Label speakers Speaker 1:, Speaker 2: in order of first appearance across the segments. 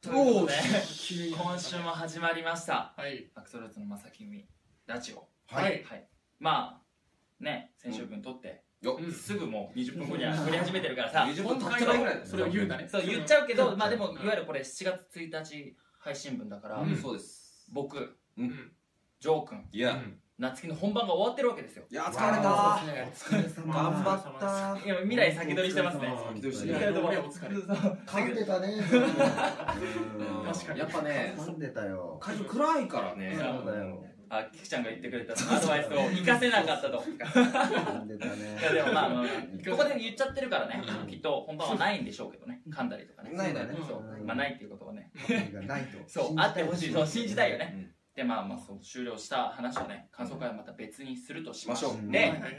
Speaker 1: そうね。
Speaker 2: 今週も始まりました
Speaker 1: はい。
Speaker 2: アクトルーツのまさきみラジオ
Speaker 1: はい。
Speaker 2: はいまあね先週分撮って、
Speaker 3: よ
Speaker 1: うん
Speaker 2: すぐもう20分後には撮り始めてるからさ
Speaker 3: 20
Speaker 1: 本
Speaker 3: 分
Speaker 1: 当
Speaker 3: 経
Speaker 1: は
Speaker 3: ってないぐらいだよ
Speaker 1: それを言うんだね。
Speaker 2: そう言っちゃうけどまあでも
Speaker 1: うん
Speaker 2: いわゆるこれ7月1日配信分だから、
Speaker 1: うん
Speaker 3: そうです
Speaker 2: 僕
Speaker 1: うん。
Speaker 2: ジョー君
Speaker 3: いうや
Speaker 1: ん。
Speaker 2: 夏希の本番が終わってるわけですよ
Speaker 3: いや疲れ
Speaker 1: わあ
Speaker 3: た
Speaker 1: そうですね
Speaker 4: お疲れ様
Speaker 3: 頑張った
Speaker 2: いや未来先取りしてますね
Speaker 3: 先取りし
Speaker 1: い
Speaker 3: てる
Speaker 1: やでも俺はお疲れ。
Speaker 4: 噛んでたね。
Speaker 3: うん
Speaker 1: 確かに
Speaker 3: やっぱね
Speaker 4: 噛んでたよ。
Speaker 3: 会場暗いからね
Speaker 1: そう
Speaker 4: だよ
Speaker 2: あキクちゃんが言ってくれたそのアドバイスを活かせなかったと
Speaker 4: 噛んでたね
Speaker 2: い。やでもまあまあ、まあ、ここで言っちゃってるからねきっと本番はないんでしょうけどね噛んだりとかね
Speaker 3: ないだね
Speaker 2: そうまあないっていうことはね
Speaker 4: がないと。
Speaker 2: そうあってほしいそう信じたいよ
Speaker 3: う
Speaker 2: ね
Speaker 3: ん
Speaker 2: でまあまあそう終了した話をね感想会はまた別にするとしまし
Speaker 3: し
Speaker 2: ょ
Speaker 3: ましょ
Speaker 2: う
Speaker 4: う
Speaker 1: はい
Speaker 2: で
Speaker 1: はいはいはい。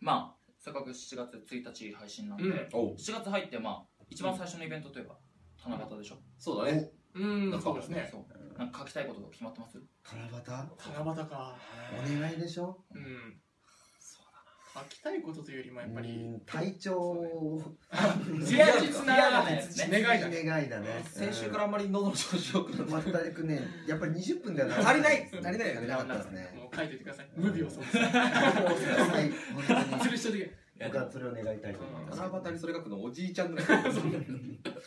Speaker 2: まあせっかく7月1日配信なんで、
Speaker 1: うん
Speaker 3: おう
Speaker 2: 7月入ってまあ一番最初のイベントといえば七夕でしょ、
Speaker 3: そうだね
Speaker 1: うん、
Speaker 3: なんか
Speaker 1: そうですね。
Speaker 2: そうなんか書きたいことが決まってます
Speaker 4: 七
Speaker 1: 七夕か。
Speaker 4: 夕お願いでしょ
Speaker 1: うん。そうだな。書きたいことというよりもやっぱり、
Speaker 4: うん体調を
Speaker 2: リ アルな
Speaker 1: リアルな
Speaker 2: やつね
Speaker 1: 願いだね。
Speaker 4: 願いだね。
Speaker 3: 先週からあんまり喉の調子良くなっ
Speaker 4: うん全くね、やっぱり20分ではな
Speaker 3: 足りない
Speaker 4: 足りない足りなかったですね。
Speaker 1: もう書いておいてください。無病息災。
Speaker 4: はい、本当
Speaker 1: そ
Speaker 4: に
Speaker 1: れしといてく
Speaker 2: いや
Speaker 4: 僕はそれを願いたいと思います。
Speaker 3: た七夕にそれ書くのおじいちゃんぐらいは
Speaker 4: は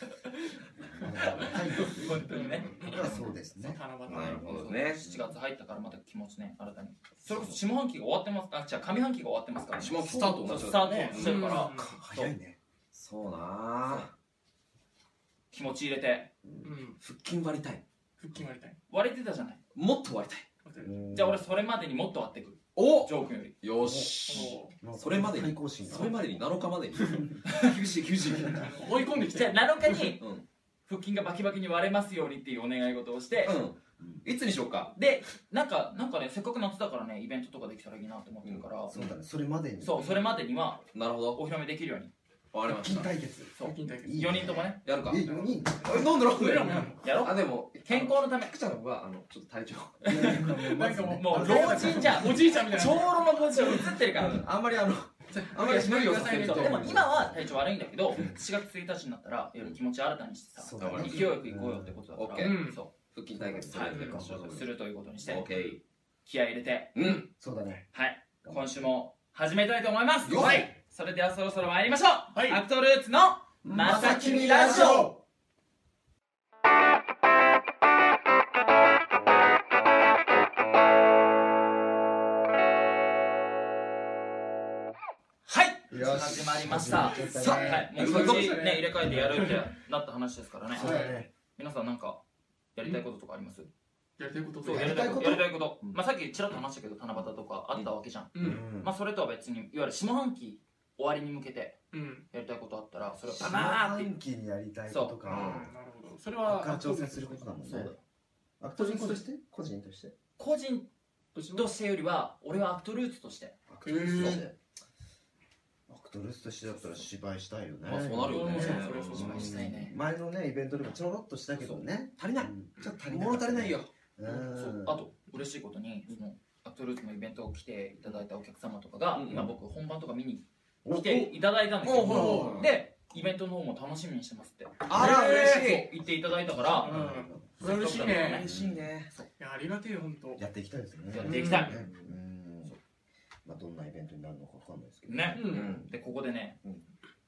Speaker 4: い、
Speaker 2: 本当にね
Speaker 4: ではそうです
Speaker 1: れ。
Speaker 4: ね。
Speaker 1: 七夕。
Speaker 3: なるほどね
Speaker 2: 7月入ったからまた気持ちね新たにそれこそ下半期が終わってますあ違う上半期が終わってますからね
Speaker 3: 下半期スタート
Speaker 2: そう
Speaker 3: そう
Speaker 2: スタート
Speaker 1: ね
Speaker 2: してるから
Speaker 1: うん
Speaker 4: 早いね。
Speaker 3: そうな
Speaker 2: 気持ち入れて
Speaker 1: うん。
Speaker 3: 腹筋割りたい
Speaker 1: 腹筋割りたい。
Speaker 2: 割れてたじゃない
Speaker 3: もっと割りたい
Speaker 2: じゃあ俺それまでにもっと割ってくる
Speaker 3: お
Speaker 2: ジョー君より
Speaker 3: よし
Speaker 1: も
Speaker 3: それまでに
Speaker 4: 最高神が
Speaker 3: それまでに7日までに厳しい厳しいう
Speaker 1: 追い込んでき
Speaker 2: じ
Speaker 1: て
Speaker 2: ゃあ
Speaker 1: る。
Speaker 2: 7日に
Speaker 3: うん
Speaker 2: 腹筋がバキバキに割れますようにっていうお願い事をして、
Speaker 3: うんいつにしようか
Speaker 2: でなんかなんかねせっかく夏だからねイベントとかできたらいいなと思ってるから、
Speaker 4: そうだね。それまでに。
Speaker 2: そうそれまでには
Speaker 3: なるほど
Speaker 2: お披露目できるように
Speaker 3: わかりま
Speaker 4: 金
Speaker 3: した
Speaker 4: 対決。
Speaker 2: そう
Speaker 1: 腹筋対決。
Speaker 4: いいね
Speaker 2: 4人ともね
Speaker 3: やるか
Speaker 4: え、4人
Speaker 3: えなんでなん
Speaker 1: 俺らも
Speaker 3: で
Speaker 1: やるの
Speaker 2: やろう
Speaker 3: あでも
Speaker 2: 健康のため
Speaker 3: くちゃんはあのちょっと体調
Speaker 4: な
Speaker 1: なんかもう
Speaker 2: もう老人じゃん
Speaker 1: おじいちゃんみたい
Speaker 2: 長
Speaker 1: な。
Speaker 2: 老のポジション映ってるから、
Speaker 3: あんまりあのあんまり無理をさせる
Speaker 2: そ
Speaker 3: と
Speaker 2: うでも今は体調悪いんだけど4月1日になったらいろいろ気持ち新たにしてさ
Speaker 4: そうだね
Speaker 2: 勢いよく行こうよってことだ
Speaker 3: オ
Speaker 2: か
Speaker 3: ッ
Speaker 2: ら
Speaker 3: ケ
Speaker 1: ー
Speaker 2: そ
Speaker 3: 腹筋対決
Speaker 2: う
Speaker 3: す
Speaker 2: はい
Speaker 3: る
Speaker 4: そうそう
Speaker 2: するということにし
Speaker 3: オッ
Speaker 2: て
Speaker 3: ケー
Speaker 2: 気合い入れて
Speaker 3: うん
Speaker 4: そうだね。
Speaker 2: はい今週も始めたいと思います
Speaker 3: よっ
Speaker 2: はいそれではそろそろ参りましょう、
Speaker 1: はい
Speaker 2: アクトルーツのまさきみラジオはい
Speaker 4: よし
Speaker 2: 始まりました
Speaker 4: 始まっちゃったね
Speaker 2: さあ、はい、もう気持ち
Speaker 1: そうだ
Speaker 2: ね
Speaker 1: ね
Speaker 2: 入れ替えてやるってなった話ですからね
Speaker 4: そうだね。
Speaker 2: 皆さんなんかやりたいこととかあります
Speaker 1: やりたいことと
Speaker 2: そう
Speaker 1: や
Speaker 2: や
Speaker 1: る
Speaker 2: りたいこと
Speaker 4: や
Speaker 2: やり
Speaker 4: り
Speaker 2: たいこと、
Speaker 3: うん
Speaker 2: まあ、さっきちらっと話したけど七夕とかあったわけじゃん、
Speaker 1: う。
Speaker 4: うんん
Speaker 2: まあ、それとは別にいわゆる下半期終わりに向けて
Speaker 1: うん。
Speaker 2: やりたいことあったらそれをバ
Speaker 4: 下
Speaker 2: バーって
Speaker 4: 半期にやりたいこと
Speaker 1: あ
Speaker 4: か。
Speaker 1: ーなるほど。それ
Speaker 4: あ
Speaker 1: は。
Speaker 4: から挑戦することだもんね
Speaker 2: そうだよ。
Speaker 4: あ個人として個人として
Speaker 2: 個人としてよりは俺はアクトルーツとして
Speaker 4: ア。
Speaker 1: クトルスとして
Speaker 4: アクトルスとしてだったら芝居したいよね。
Speaker 3: まあそうなるよね
Speaker 1: そうそうそう
Speaker 2: 芝居したいね
Speaker 4: 前のねイベントでもちょろっとしたけどね。
Speaker 3: 足りない
Speaker 4: うんちょっと足りない。
Speaker 3: 物足りないよ。
Speaker 4: う
Speaker 2: そうあと嬉しいことにそのアクトルーツのイベントを来ていただいたお客様とかが、
Speaker 3: うん
Speaker 2: 今僕本番とか見に
Speaker 4: お
Speaker 2: 来ていただいたんです
Speaker 3: おおお
Speaker 2: よ
Speaker 3: おおお
Speaker 2: でイベントの方も楽しみにしてますって
Speaker 3: あら嬉しい
Speaker 2: そう言っていただいたから
Speaker 1: うん
Speaker 2: せっかくだから
Speaker 1: 嬉しいね
Speaker 3: 嬉しいね
Speaker 1: いやありがてえよ本当。
Speaker 4: やっていきたいですよね。
Speaker 2: やっていきたい
Speaker 4: うんうんまあどんなイベントになるのかわかんないですけど。
Speaker 2: ね
Speaker 1: う。
Speaker 3: うんん
Speaker 2: でここでね、
Speaker 3: うん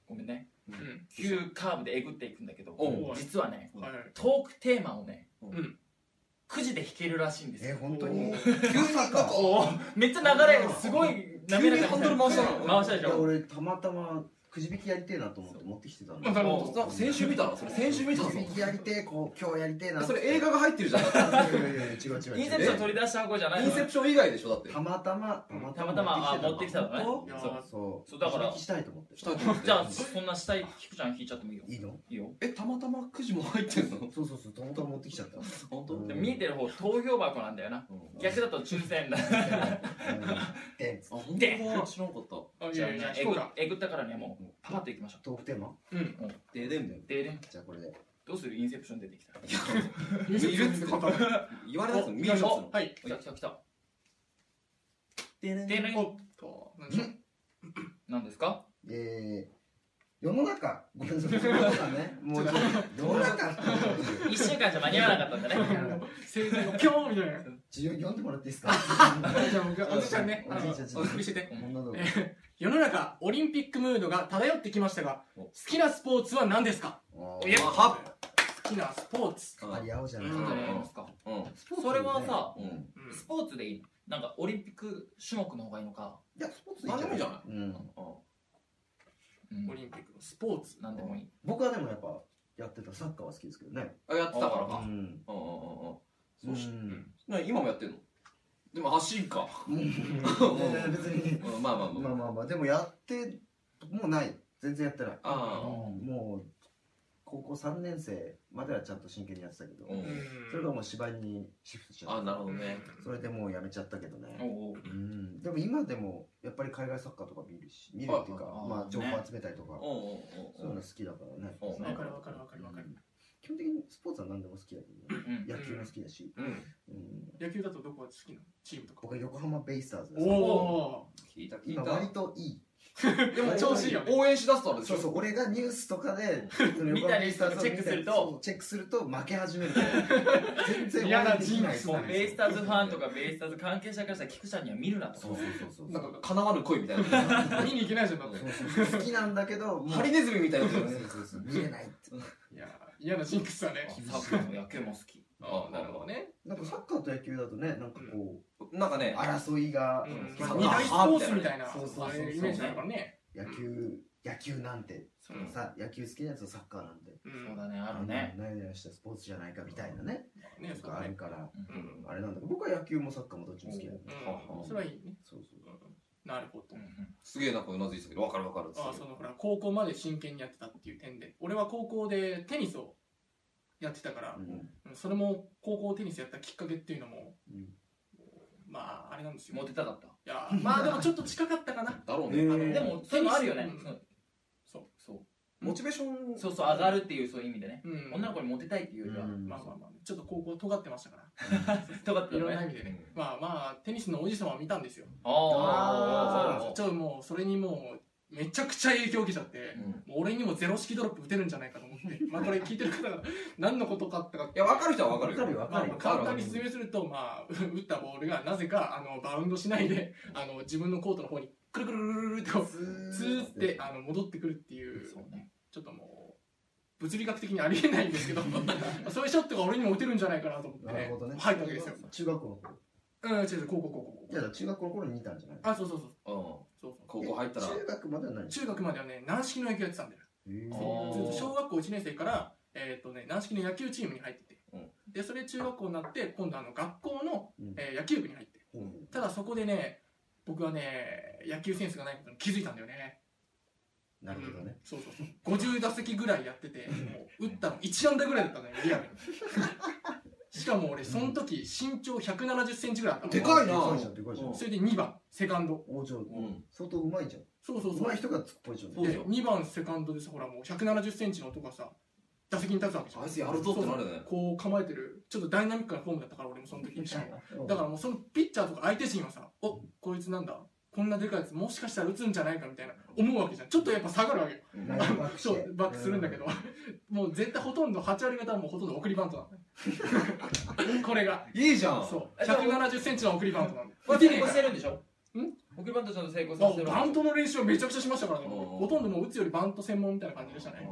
Speaker 2: ごめんね
Speaker 1: うん。
Speaker 2: 急カーブでえぐっていくんだけど
Speaker 3: お
Speaker 1: う
Speaker 2: 実はね
Speaker 1: はいはい。
Speaker 2: トークテーマをね、
Speaker 1: ん
Speaker 2: 9時で弾けるらしいんです
Speaker 4: え
Speaker 2: よ
Speaker 4: 本当に。
Speaker 3: 急になんか
Speaker 2: おーめっちゃ流れがすごい滑らか
Speaker 3: 急にハンドル回したの
Speaker 2: 回したでし
Speaker 4: いや
Speaker 2: ょ
Speaker 4: 俺たまたまくじ引きやりてえなと思って持ってきてたの
Speaker 1: そうなるほど
Speaker 3: なんか先週見たなそれ先週見たぞ
Speaker 4: くじ引きやりてえこう今日やりてえな
Speaker 3: それ映画が入ってるじゃん
Speaker 4: いや いやいや違う違う違う
Speaker 2: インセプション取り出した箱じゃない
Speaker 3: イン
Speaker 2: の
Speaker 3: セプション以外でしょだって
Speaker 4: たまたま
Speaker 2: たまたまあ持ってきたのね
Speaker 3: 本
Speaker 1: いや
Speaker 2: そう
Speaker 1: ー
Speaker 4: そう
Speaker 2: そうだから
Speaker 4: くじ引きしたいと思って
Speaker 3: したいと思って
Speaker 2: じゃあそんな下いひくちゃん弾いちゃってもいいよ
Speaker 4: いいの
Speaker 2: いいよ
Speaker 3: えたまたまくじも入ってんの
Speaker 4: そうそうそうたまたま持ってきちゃった
Speaker 3: 本
Speaker 4: う
Speaker 3: 当
Speaker 4: ん
Speaker 2: で見えてる方投票箱なんだよな逆だと抽選だ
Speaker 4: でん
Speaker 3: あ本
Speaker 2: で
Speaker 3: 当だ知らなかった
Speaker 1: あい
Speaker 2: じゃあ
Speaker 1: やい
Speaker 2: ね
Speaker 1: や
Speaker 2: え
Speaker 1: 聞こ
Speaker 2: ぐ
Speaker 1: うか。
Speaker 2: えぐったからねもうパパッといきましょ
Speaker 4: トークテーマ
Speaker 1: うん。
Speaker 3: ででんだよ
Speaker 2: うでね
Speaker 4: じゃあこれで
Speaker 2: どうするインセプション出てきた来
Speaker 3: いるっつってんだよ 言われたやつ見るっつってんだよ
Speaker 1: はい。
Speaker 2: た来た来た
Speaker 3: ででん
Speaker 2: でね
Speaker 1: おっと。なんでしょう
Speaker 2: 何ですか
Speaker 4: えー世の中ごめんなさい世の中ねもうちょっと世の中
Speaker 2: 一瞬週間じゃ間に合わなかった んだね。
Speaker 1: 生前のピョーンみたいな。
Speaker 4: 自分読んでもらって いいですか
Speaker 1: じゃあ僕、おじちゃんね、あの
Speaker 4: おじいちゃんちょ
Speaker 1: お
Speaker 4: っと
Speaker 1: 送りしてて。
Speaker 4: こんなの
Speaker 1: えー世の中、オリンピックムードが漂ってきましたが、
Speaker 3: お
Speaker 1: 好きなスポーツは何ですか
Speaker 4: あ
Speaker 3: いやは
Speaker 1: 好きなスポーツ。
Speaker 4: ーあり合うじゃない
Speaker 2: ち
Speaker 4: で
Speaker 2: ょ
Speaker 4: す
Speaker 2: っと
Speaker 4: か
Speaker 2: ねやりますか。
Speaker 3: うん
Speaker 2: それはさ、
Speaker 3: うんうん
Speaker 1: うん
Speaker 2: スポーツでいいなんかオリンピック種目の方がいいのか、
Speaker 4: いやスポーツ
Speaker 1: 何でもいいじゃない
Speaker 4: うん
Speaker 2: うん
Speaker 1: オリンピックのスポーツ。
Speaker 2: なんでもいい。
Speaker 4: 僕はでもやっぱやってたサッカーは好きですけどね
Speaker 3: あやってたから
Speaker 4: う
Speaker 3: か
Speaker 4: ん
Speaker 3: うんうんうんう
Speaker 4: う
Speaker 3: んそし
Speaker 4: ん
Speaker 3: な今もやってんのでも走るか
Speaker 4: うん
Speaker 3: うん
Speaker 4: えー別に
Speaker 3: うんまあまあま
Speaker 4: ま
Speaker 3: あ
Speaker 4: あまあまあでもやってもうない全然やってない
Speaker 3: ああ
Speaker 4: もう高校3年生まではちゃんと真剣にやってたけど、
Speaker 3: うん
Speaker 4: それがもう芝居にシフトしちゃ
Speaker 3: あ
Speaker 4: っ
Speaker 3: なる
Speaker 4: た
Speaker 3: ほどね
Speaker 4: それでもうやめちゃったけどね、
Speaker 2: おうおう
Speaker 4: うん、でも今でもやっぱり海外サッカーとか見るし見るっていうか
Speaker 2: あああ
Speaker 4: まあ
Speaker 2: ね
Speaker 4: 情報集めたりとか、
Speaker 3: うん
Speaker 4: そういうの好きだからね
Speaker 3: うんうん
Speaker 1: わかるわかるわかるわかる。
Speaker 4: 基本的にスポーツは何でも好きだけどね
Speaker 2: うん
Speaker 4: 野球も好きだし、
Speaker 3: うんうん
Speaker 4: うん、
Speaker 1: 野球だとどこが好きなのチームとか。
Speaker 4: 僕は横浜ベイスターズです
Speaker 1: おお
Speaker 3: 聞いた聞い
Speaker 4: 今
Speaker 3: た
Speaker 4: 割といい
Speaker 3: でも
Speaker 1: 調子いいよね
Speaker 3: 応援しだすとあれでし
Speaker 4: そ
Speaker 3: ょ
Speaker 4: うそう俺がニュースとかで
Speaker 2: 見たりしたのチェックすると
Speaker 4: そうチェックすると負け始 めるから全然
Speaker 1: 嫌な
Speaker 4: 応援できない
Speaker 1: ジンクス
Speaker 2: もうベイスターズファンと
Speaker 4: か
Speaker 2: かベイスターズ関係者からしたら菊ちゃんには見るなと
Speaker 4: そうそうそうそう
Speaker 3: なんか叶わぬ恋みたいな
Speaker 1: ー見に行けないじゃん、だって。
Speaker 4: そうそう好きなんだけどもう
Speaker 3: ハリネズミみたいな
Speaker 4: そうそうそう見えないって
Speaker 1: いやー、嫌なジンクスだね。
Speaker 2: サッカーも野球も好き
Speaker 3: あ
Speaker 1: なるほどね。
Speaker 4: なんかサッカーと野球だとねなんかこ
Speaker 3: なんか
Speaker 4: う
Speaker 3: ね
Speaker 4: 争いが
Speaker 1: うん
Speaker 3: まあ
Speaker 1: 二大スポーツみたいな、
Speaker 4: そうそうそう
Speaker 1: ああいうイメージだからね。
Speaker 4: 野球野球なんて
Speaker 2: そう
Speaker 3: うん
Speaker 4: さ野球好きなやつとサッカーなんて
Speaker 1: う。
Speaker 2: そうんだねあるね
Speaker 4: うんなになにしたスポーツじゃないかみたいなね
Speaker 1: ね、
Speaker 4: と
Speaker 1: そう
Speaker 4: か
Speaker 1: だ
Speaker 4: ある
Speaker 1: ね。
Speaker 4: から
Speaker 2: う
Speaker 3: うんん
Speaker 4: あれなんだけど僕は野球もサッカーもどっちも好きだよね
Speaker 1: う
Speaker 3: はあは
Speaker 1: ん。
Speaker 3: あ
Speaker 1: それはいいね。
Speaker 4: そうそう
Speaker 1: なるほど
Speaker 2: うんう。ん
Speaker 3: すげえなんかうなずいてたけどわかるわかるっつって
Speaker 1: ああそのほら高校まで真剣にやってたっていう点で俺は高校でテニスをやってたから
Speaker 4: う、ん
Speaker 1: うんそれも高校テニスやったきっかけっていうのも
Speaker 4: うん
Speaker 1: まああれなんですよ
Speaker 2: モテたかった
Speaker 1: いやーまあでもちょっと近かったかな
Speaker 3: だろう
Speaker 4: え
Speaker 3: ね
Speaker 4: ー
Speaker 1: あの
Speaker 2: でもそういうのあるよね
Speaker 1: うん
Speaker 2: そうそ
Speaker 3: モチベーション
Speaker 2: うそうそう上がるっていうそういう意味でね
Speaker 1: うん
Speaker 2: 女の子にモテたいっていうよりは
Speaker 4: うん
Speaker 1: まあまあまあちょっと高校尖ってましたから
Speaker 2: とかって
Speaker 1: い
Speaker 2: い
Speaker 1: ろんな
Speaker 2: ね
Speaker 1: 意味でねまあまあテニスの王子様は見たんですよ
Speaker 2: あ
Speaker 1: ちょっともうそれにもうめちゃくちゃ影響を受けちゃって
Speaker 3: うん
Speaker 1: もう俺にもゼロ式ドロップ打てるんじゃないかと思ってまあこれ聞いてる方が何のことかってか
Speaker 3: いやわかる人はわかる
Speaker 4: わかるよわ
Speaker 1: まあ
Speaker 4: かる
Speaker 1: ま
Speaker 4: よ
Speaker 1: あ、簡単に説明すると、まあ、 打ったボールがなぜかあのバウンドしないであの自分のコートの方にくるくるくるくるってこうツーってあの戻ってくるっていう
Speaker 2: そうね
Speaker 1: ちょっともう物理学的にありえないんですけどそういうショットが俺にも打てるんじゃないかなと思って
Speaker 4: なる
Speaker 1: ね
Speaker 4: ほどね
Speaker 1: 入ったわけですよ。
Speaker 4: 中学校の頃
Speaker 1: うん違う違うこうこうこうこ
Speaker 4: いやだから中学校の頃に似たんじゃないう
Speaker 1: あそうそうそう
Speaker 3: うん
Speaker 1: そう
Speaker 3: 高校入ったら
Speaker 4: 中学まではない
Speaker 1: そう中学まではね軟式の野球やってたんだよ
Speaker 4: へー
Speaker 2: あ
Speaker 1: そ
Speaker 2: ー
Speaker 1: うずっと小学校1年生から、えーっとね、軟式の野球チームに入ってて、
Speaker 3: うん
Speaker 1: でそれ中学校になって今度あの学校の、
Speaker 4: うん
Speaker 1: えー野球部に入って
Speaker 4: ほうほう
Speaker 1: ただそこでね僕はね野球センスがないことに気づいたんだよね
Speaker 4: なるほどね
Speaker 1: うんそうそうそう50打席ぐらいやっててもう打ったの1安打ぐらいだったんだよリアルに しかも俺その時身長1 7 0ンチぐらいあったの
Speaker 3: でかいな
Speaker 4: でかいじゃんでかいじゃん
Speaker 1: それで2番セカンド
Speaker 4: お上
Speaker 3: ん
Speaker 4: 相当うまいじゃん
Speaker 1: そうそう
Speaker 4: う
Speaker 1: そう
Speaker 4: まい人が突っ込いじゃん
Speaker 2: そう
Speaker 1: で
Speaker 2: じゃん
Speaker 1: 2番セカンドでさほらもう1 7 0ンチの男がさ打席に立つわけじゃん
Speaker 3: あいつやるぞってなるね
Speaker 1: こう構えてるちょっとダイナミックなフォームだったから俺もその時しかもだかららもうそのピッチャーとか相手陣はさおこいつなんだこんなでかいやつもしかしたら打つんじゃないかみたいな思うわけじゃんちょっとやっぱ下がるわけよ
Speaker 3: うん
Speaker 4: バックして
Speaker 1: そうバックするんだけどもう絶対ほとんど8割方はもうほとんど送りバントなんだ よこれが
Speaker 3: いいじゃん
Speaker 1: そう1 7 0ンチの送りバントなんだよ
Speaker 2: これ
Speaker 1: 打て
Speaker 2: 成
Speaker 1: ねえ
Speaker 2: 功
Speaker 1: か
Speaker 2: して
Speaker 1: ら
Speaker 2: るんでしょ
Speaker 1: ん
Speaker 2: 送りバントちゃんと成功さ
Speaker 1: あ
Speaker 2: せてる
Speaker 1: バントの練習はめちゃくちゃしましたからね
Speaker 3: うん
Speaker 1: ほとんどもう打つよりバント専門みたいな感じでしたね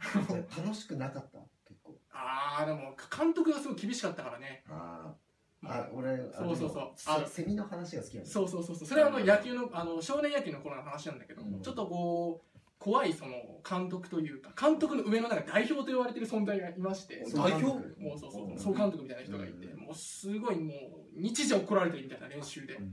Speaker 4: じゃあ楽しくなかった結構
Speaker 1: ああでも監督がすごい厳しかったからね
Speaker 4: あーあ俺
Speaker 1: そうそうそう
Speaker 4: あ
Speaker 1: あ
Speaker 4: のセセミの話が好きなんだ
Speaker 1: そうそうそうそうそれはあの野球のあの少年野球の頃の話なんだけど、
Speaker 3: うん
Speaker 1: ちょっとこう怖いその監督というか監督の上のなんか代表と言われてる存在がいまして、
Speaker 3: そう代表
Speaker 1: もうそうそう
Speaker 3: うん
Speaker 1: 総監督みたいな人がいて、
Speaker 4: う
Speaker 1: もうすごいもう日時怒られてるみたいな練習で、うん、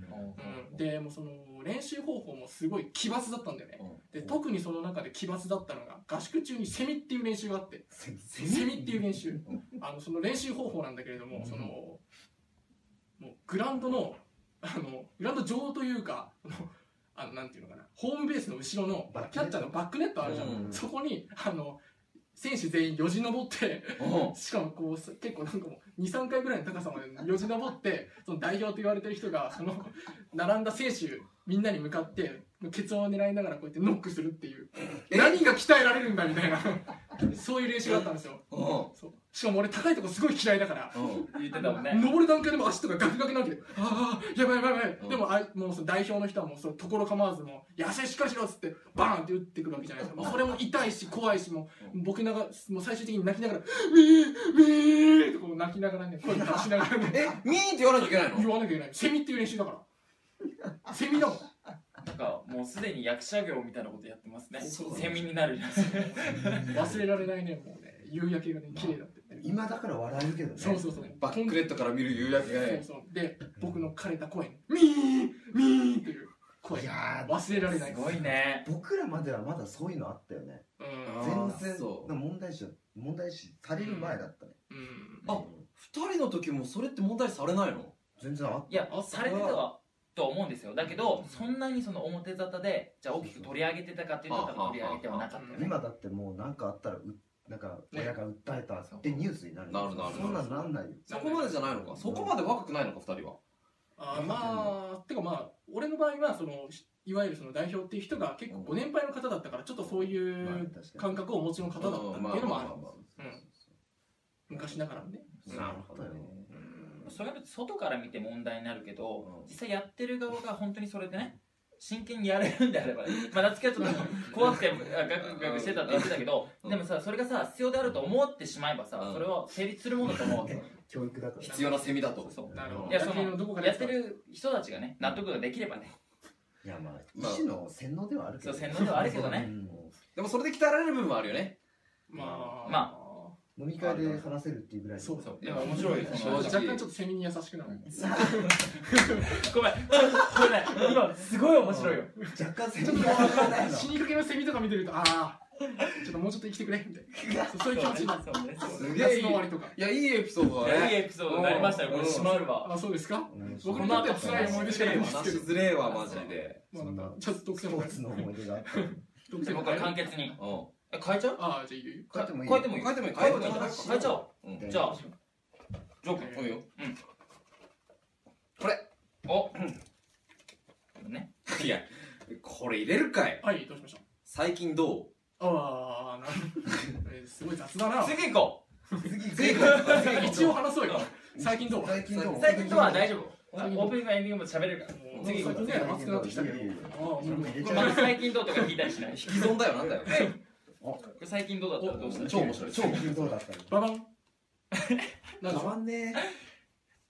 Speaker 2: う
Speaker 1: でもうその練習方法もすごい奇抜だったんだよねで
Speaker 3: と
Speaker 1: 特にその中で奇抜だったのが合宿中にセミっていう練習があって
Speaker 4: セミセ
Speaker 1: セミっていう練習
Speaker 3: うん
Speaker 1: あのその練習方法なんだけれども
Speaker 2: うん
Speaker 1: そのもうグラウンドのあのグラウンド上というかあのあのなんていうのかなホームベースの後ろの
Speaker 4: バックネット
Speaker 1: キャッチャーのバックネットあるじゃん、
Speaker 3: うん
Speaker 1: そこにあの選手全員よじ登ってしかもこうす結構なんかもう23回ぐらいの高さまでよじ登ってその代表と言われてる人がその並んだ選手みんなに向かってケツを狙いながらこうやってノックするっていう何が鍛えられるんだみたいなそういう練習があったんですよ
Speaker 3: うん
Speaker 1: そうしかも俺高いとこすごい嫌いだから
Speaker 3: うん
Speaker 2: 言ってたもんね
Speaker 1: 登る段階でも足とかガクガクなわけでああやばいやばいやばい、
Speaker 3: うん
Speaker 1: でもあいもうその代表の人はもうそのところ構わずもう「痩せしっかりしろ」っつってバーンって打ってくるわけじゃないですか、もうそれも痛いし怖いしもう僕ながもう最終的に泣きながら「ウィーウィー」ってこう泣きながらね声出しながらね
Speaker 3: えミーンって言わなきゃいけない
Speaker 1: 言
Speaker 3: の
Speaker 1: わなきゃいけないセミっていう練習だからセミだもん
Speaker 2: なんかもうすでに役者業みたいなことやってますね
Speaker 3: そうだね
Speaker 2: セミになるやつ
Speaker 1: 忘れられないねもうね夕焼けがね綺麗だって言って
Speaker 4: 今だから笑えるけどね
Speaker 1: そうそうそう
Speaker 3: バックレットから見る夕焼けが
Speaker 1: そう
Speaker 3: ね
Speaker 1: そうで僕の枯れた声にミーミーっていう声
Speaker 4: いやー
Speaker 1: 忘れられない
Speaker 2: すごいね
Speaker 4: 僕らまではまだそういうのあったよね
Speaker 1: うん
Speaker 3: あ
Speaker 4: 全
Speaker 3: ー
Speaker 4: 然
Speaker 3: そう
Speaker 4: でも問題視問題視される前だったね、
Speaker 1: うん
Speaker 3: あ
Speaker 4: うん
Speaker 3: 二人の時もそれって問題されないの
Speaker 4: 全然あ
Speaker 2: いや
Speaker 1: あ
Speaker 2: されてたわと思うんですよだけどそんなにその表沙汰でじゃあ大きく取り上げてたかっていうと多分取り上げてはなかったよね
Speaker 4: 今だってもう何かあったらうなんか親が訴えたってニュースになる
Speaker 3: なるなる
Speaker 4: そんなんなんないよ
Speaker 3: そこまでじゃないのかそこまで若くないのか二人は
Speaker 1: あーまあてかまあ俺の場合はそのいわゆるその代表っていう人が結構ご年配の方だったからちょっとそうい
Speaker 4: まあ
Speaker 1: う
Speaker 4: 確かに
Speaker 1: 感覚をお持ちの方だったっていうのもある
Speaker 3: まあまあまあ
Speaker 1: 昔ながらのね
Speaker 3: そう
Speaker 1: な
Speaker 3: な
Speaker 1: る
Speaker 3: る
Speaker 4: ほ
Speaker 3: ほ
Speaker 4: ど
Speaker 3: ど
Speaker 4: ね
Speaker 3: ね
Speaker 2: それは外から見て問題になるけど
Speaker 3: うん
Speaker 2: 実際やってる側が本当にそれでね真剣にやれるんであればね、まあ、夏希はちょっと怖くてあガクガクしてたって言ってたけど、
Speaker 3: うん
Speaker 2: でもさそれがさ必要であると思ってしまえばさ、
Speaker 3: うん
Speaker 2: それは成立するものだと思うわけ
Speaker 4: 教育だから
Speaker 3: 必要なセミだと
Speaker 2: そう
Speaker 1: なるほど
Speaker 2: いやそ
Speaker 1: 野球のどこか
Speaker 2: の
Speaker 1: で
Speaker 2: やってる人たちがね納得ができればね
Speaker 4: いやまあ医
Speaker 3: まあ
Speaker 4: 師の洗脳ではあるけど
Speaker 2: そう洗脳ではあるけどね
Speaker 4: うん
Speaker 3: でもそれで鍛えられる部分はあるよね
Speaker 1: まあ
Speaker 2: ま
Speaker 4: 飲み会で話せるっていうぐらい
Speaker 1: そう
Speaker 2: そう
Speaker 3: いや面白いよ
Speaker 2: うん
Speaker 3: 正
Speaker 1: 若
Speaker 3: 直
Speaker 1: 干ちょっとセミに優しくなる
Speaker 2: ごめんごめんね今すごい面白いよ
Speaker 4: 若干洗
Speaker 1: ちょっ
Speaker 4: 脳
Speaker 1: と
Speaker 4: がわからないの
Speaker 1: 死にかけのセミとか見てるとああちょっともうちょっと生きてくれみたいなそうそういう気持ちになる
Speaker 2: そうねそうね
Speaker 3: すげ
Speaker 1: 夏
Speaker 3: えいい
Speaker 1: の終わりとか
Speaker 3: いやいいエピソード
Speaker 2: い
Speaker 3: だ
Speaker 2: やいい
Speaker 3: ね
Speaker 2: エピソードになりましたよこれ締まるわ
Speaker 1: あそうですか
Speaker 4: うん
Speaker 1: 僕にとっては辛い思い出しかないんですけ
Speaker 3: 話
Speaker 1: ど
Speaker 3: しづれえわマジで
Speaker 1: まあなんかちょっと独
Speaker 4: ス
Speaker 1: 占
Speaker 4: ポ
Speaker 1: も
Speaker 4: ーツの思い出があ った
Speaker 1: 独
Speaker 2: じゃあ
Speaker 1: 占も
Speaker 2: 僕は簡潔に
Speaker 3: うん
Speaker 2: え変えちゃう
Speaker 1: ああじゃあいいよいいよ
Speaker 4: 変えてもいい
Speaker 2: 変えてもいい
Speaker 3: 変えてもいい
Speaker 2: 変えてもいい
Speaker 3: 変えてもいい
Speaker 2: 変えちゃおう
Speaker 3: うん
Speaker 2: じゃあジョー君
Speaker 3: そうよ
Speaker 2: おね
Speaker 3: いやこれ入れるかい
Speaker 1: はいどうしました
Speaker 3: 最近どう
Speaker 1: ああなるほどえーすごい雑だ な
Speaker 2: 次行こ
Speaker 4: 次
Speaker 3: 次行こ
Speaker 1: 一応話そうよ最近どう
Speaker 4: 最近ど
Speaker 2: う
Speaker 4: う
Speaker 2: 最近とは大丈夫オ
Speaker 1: 最近
Speaker 2: ープニングもエンディングも喋れるから
Speaker 1: もう
Speaker 2: 次行
Speaker 1: 最
Speaker 2: こ
Speaker 1: 近ね熱くなってきたけど
Speaker 4: いいよいいよ
Speaker 1: ああもう
Speaker 4: いいよ
Speaker 2: まず最近どうとか聞いたりしない
Speaker 3: 既存だよなんだよ
Speaker 2: 最近どうだったらどうした
Speaker 3: 超面白い超面
Speaker 4: 最
Speaker 3: 白い
Speaker 4: 近どうだった
Speaker 1: バ
Speaker 4: の
Speaker 1: バンなん
Speaker 4: 変
Speaker 1: でしょう
Speaker 4: わんね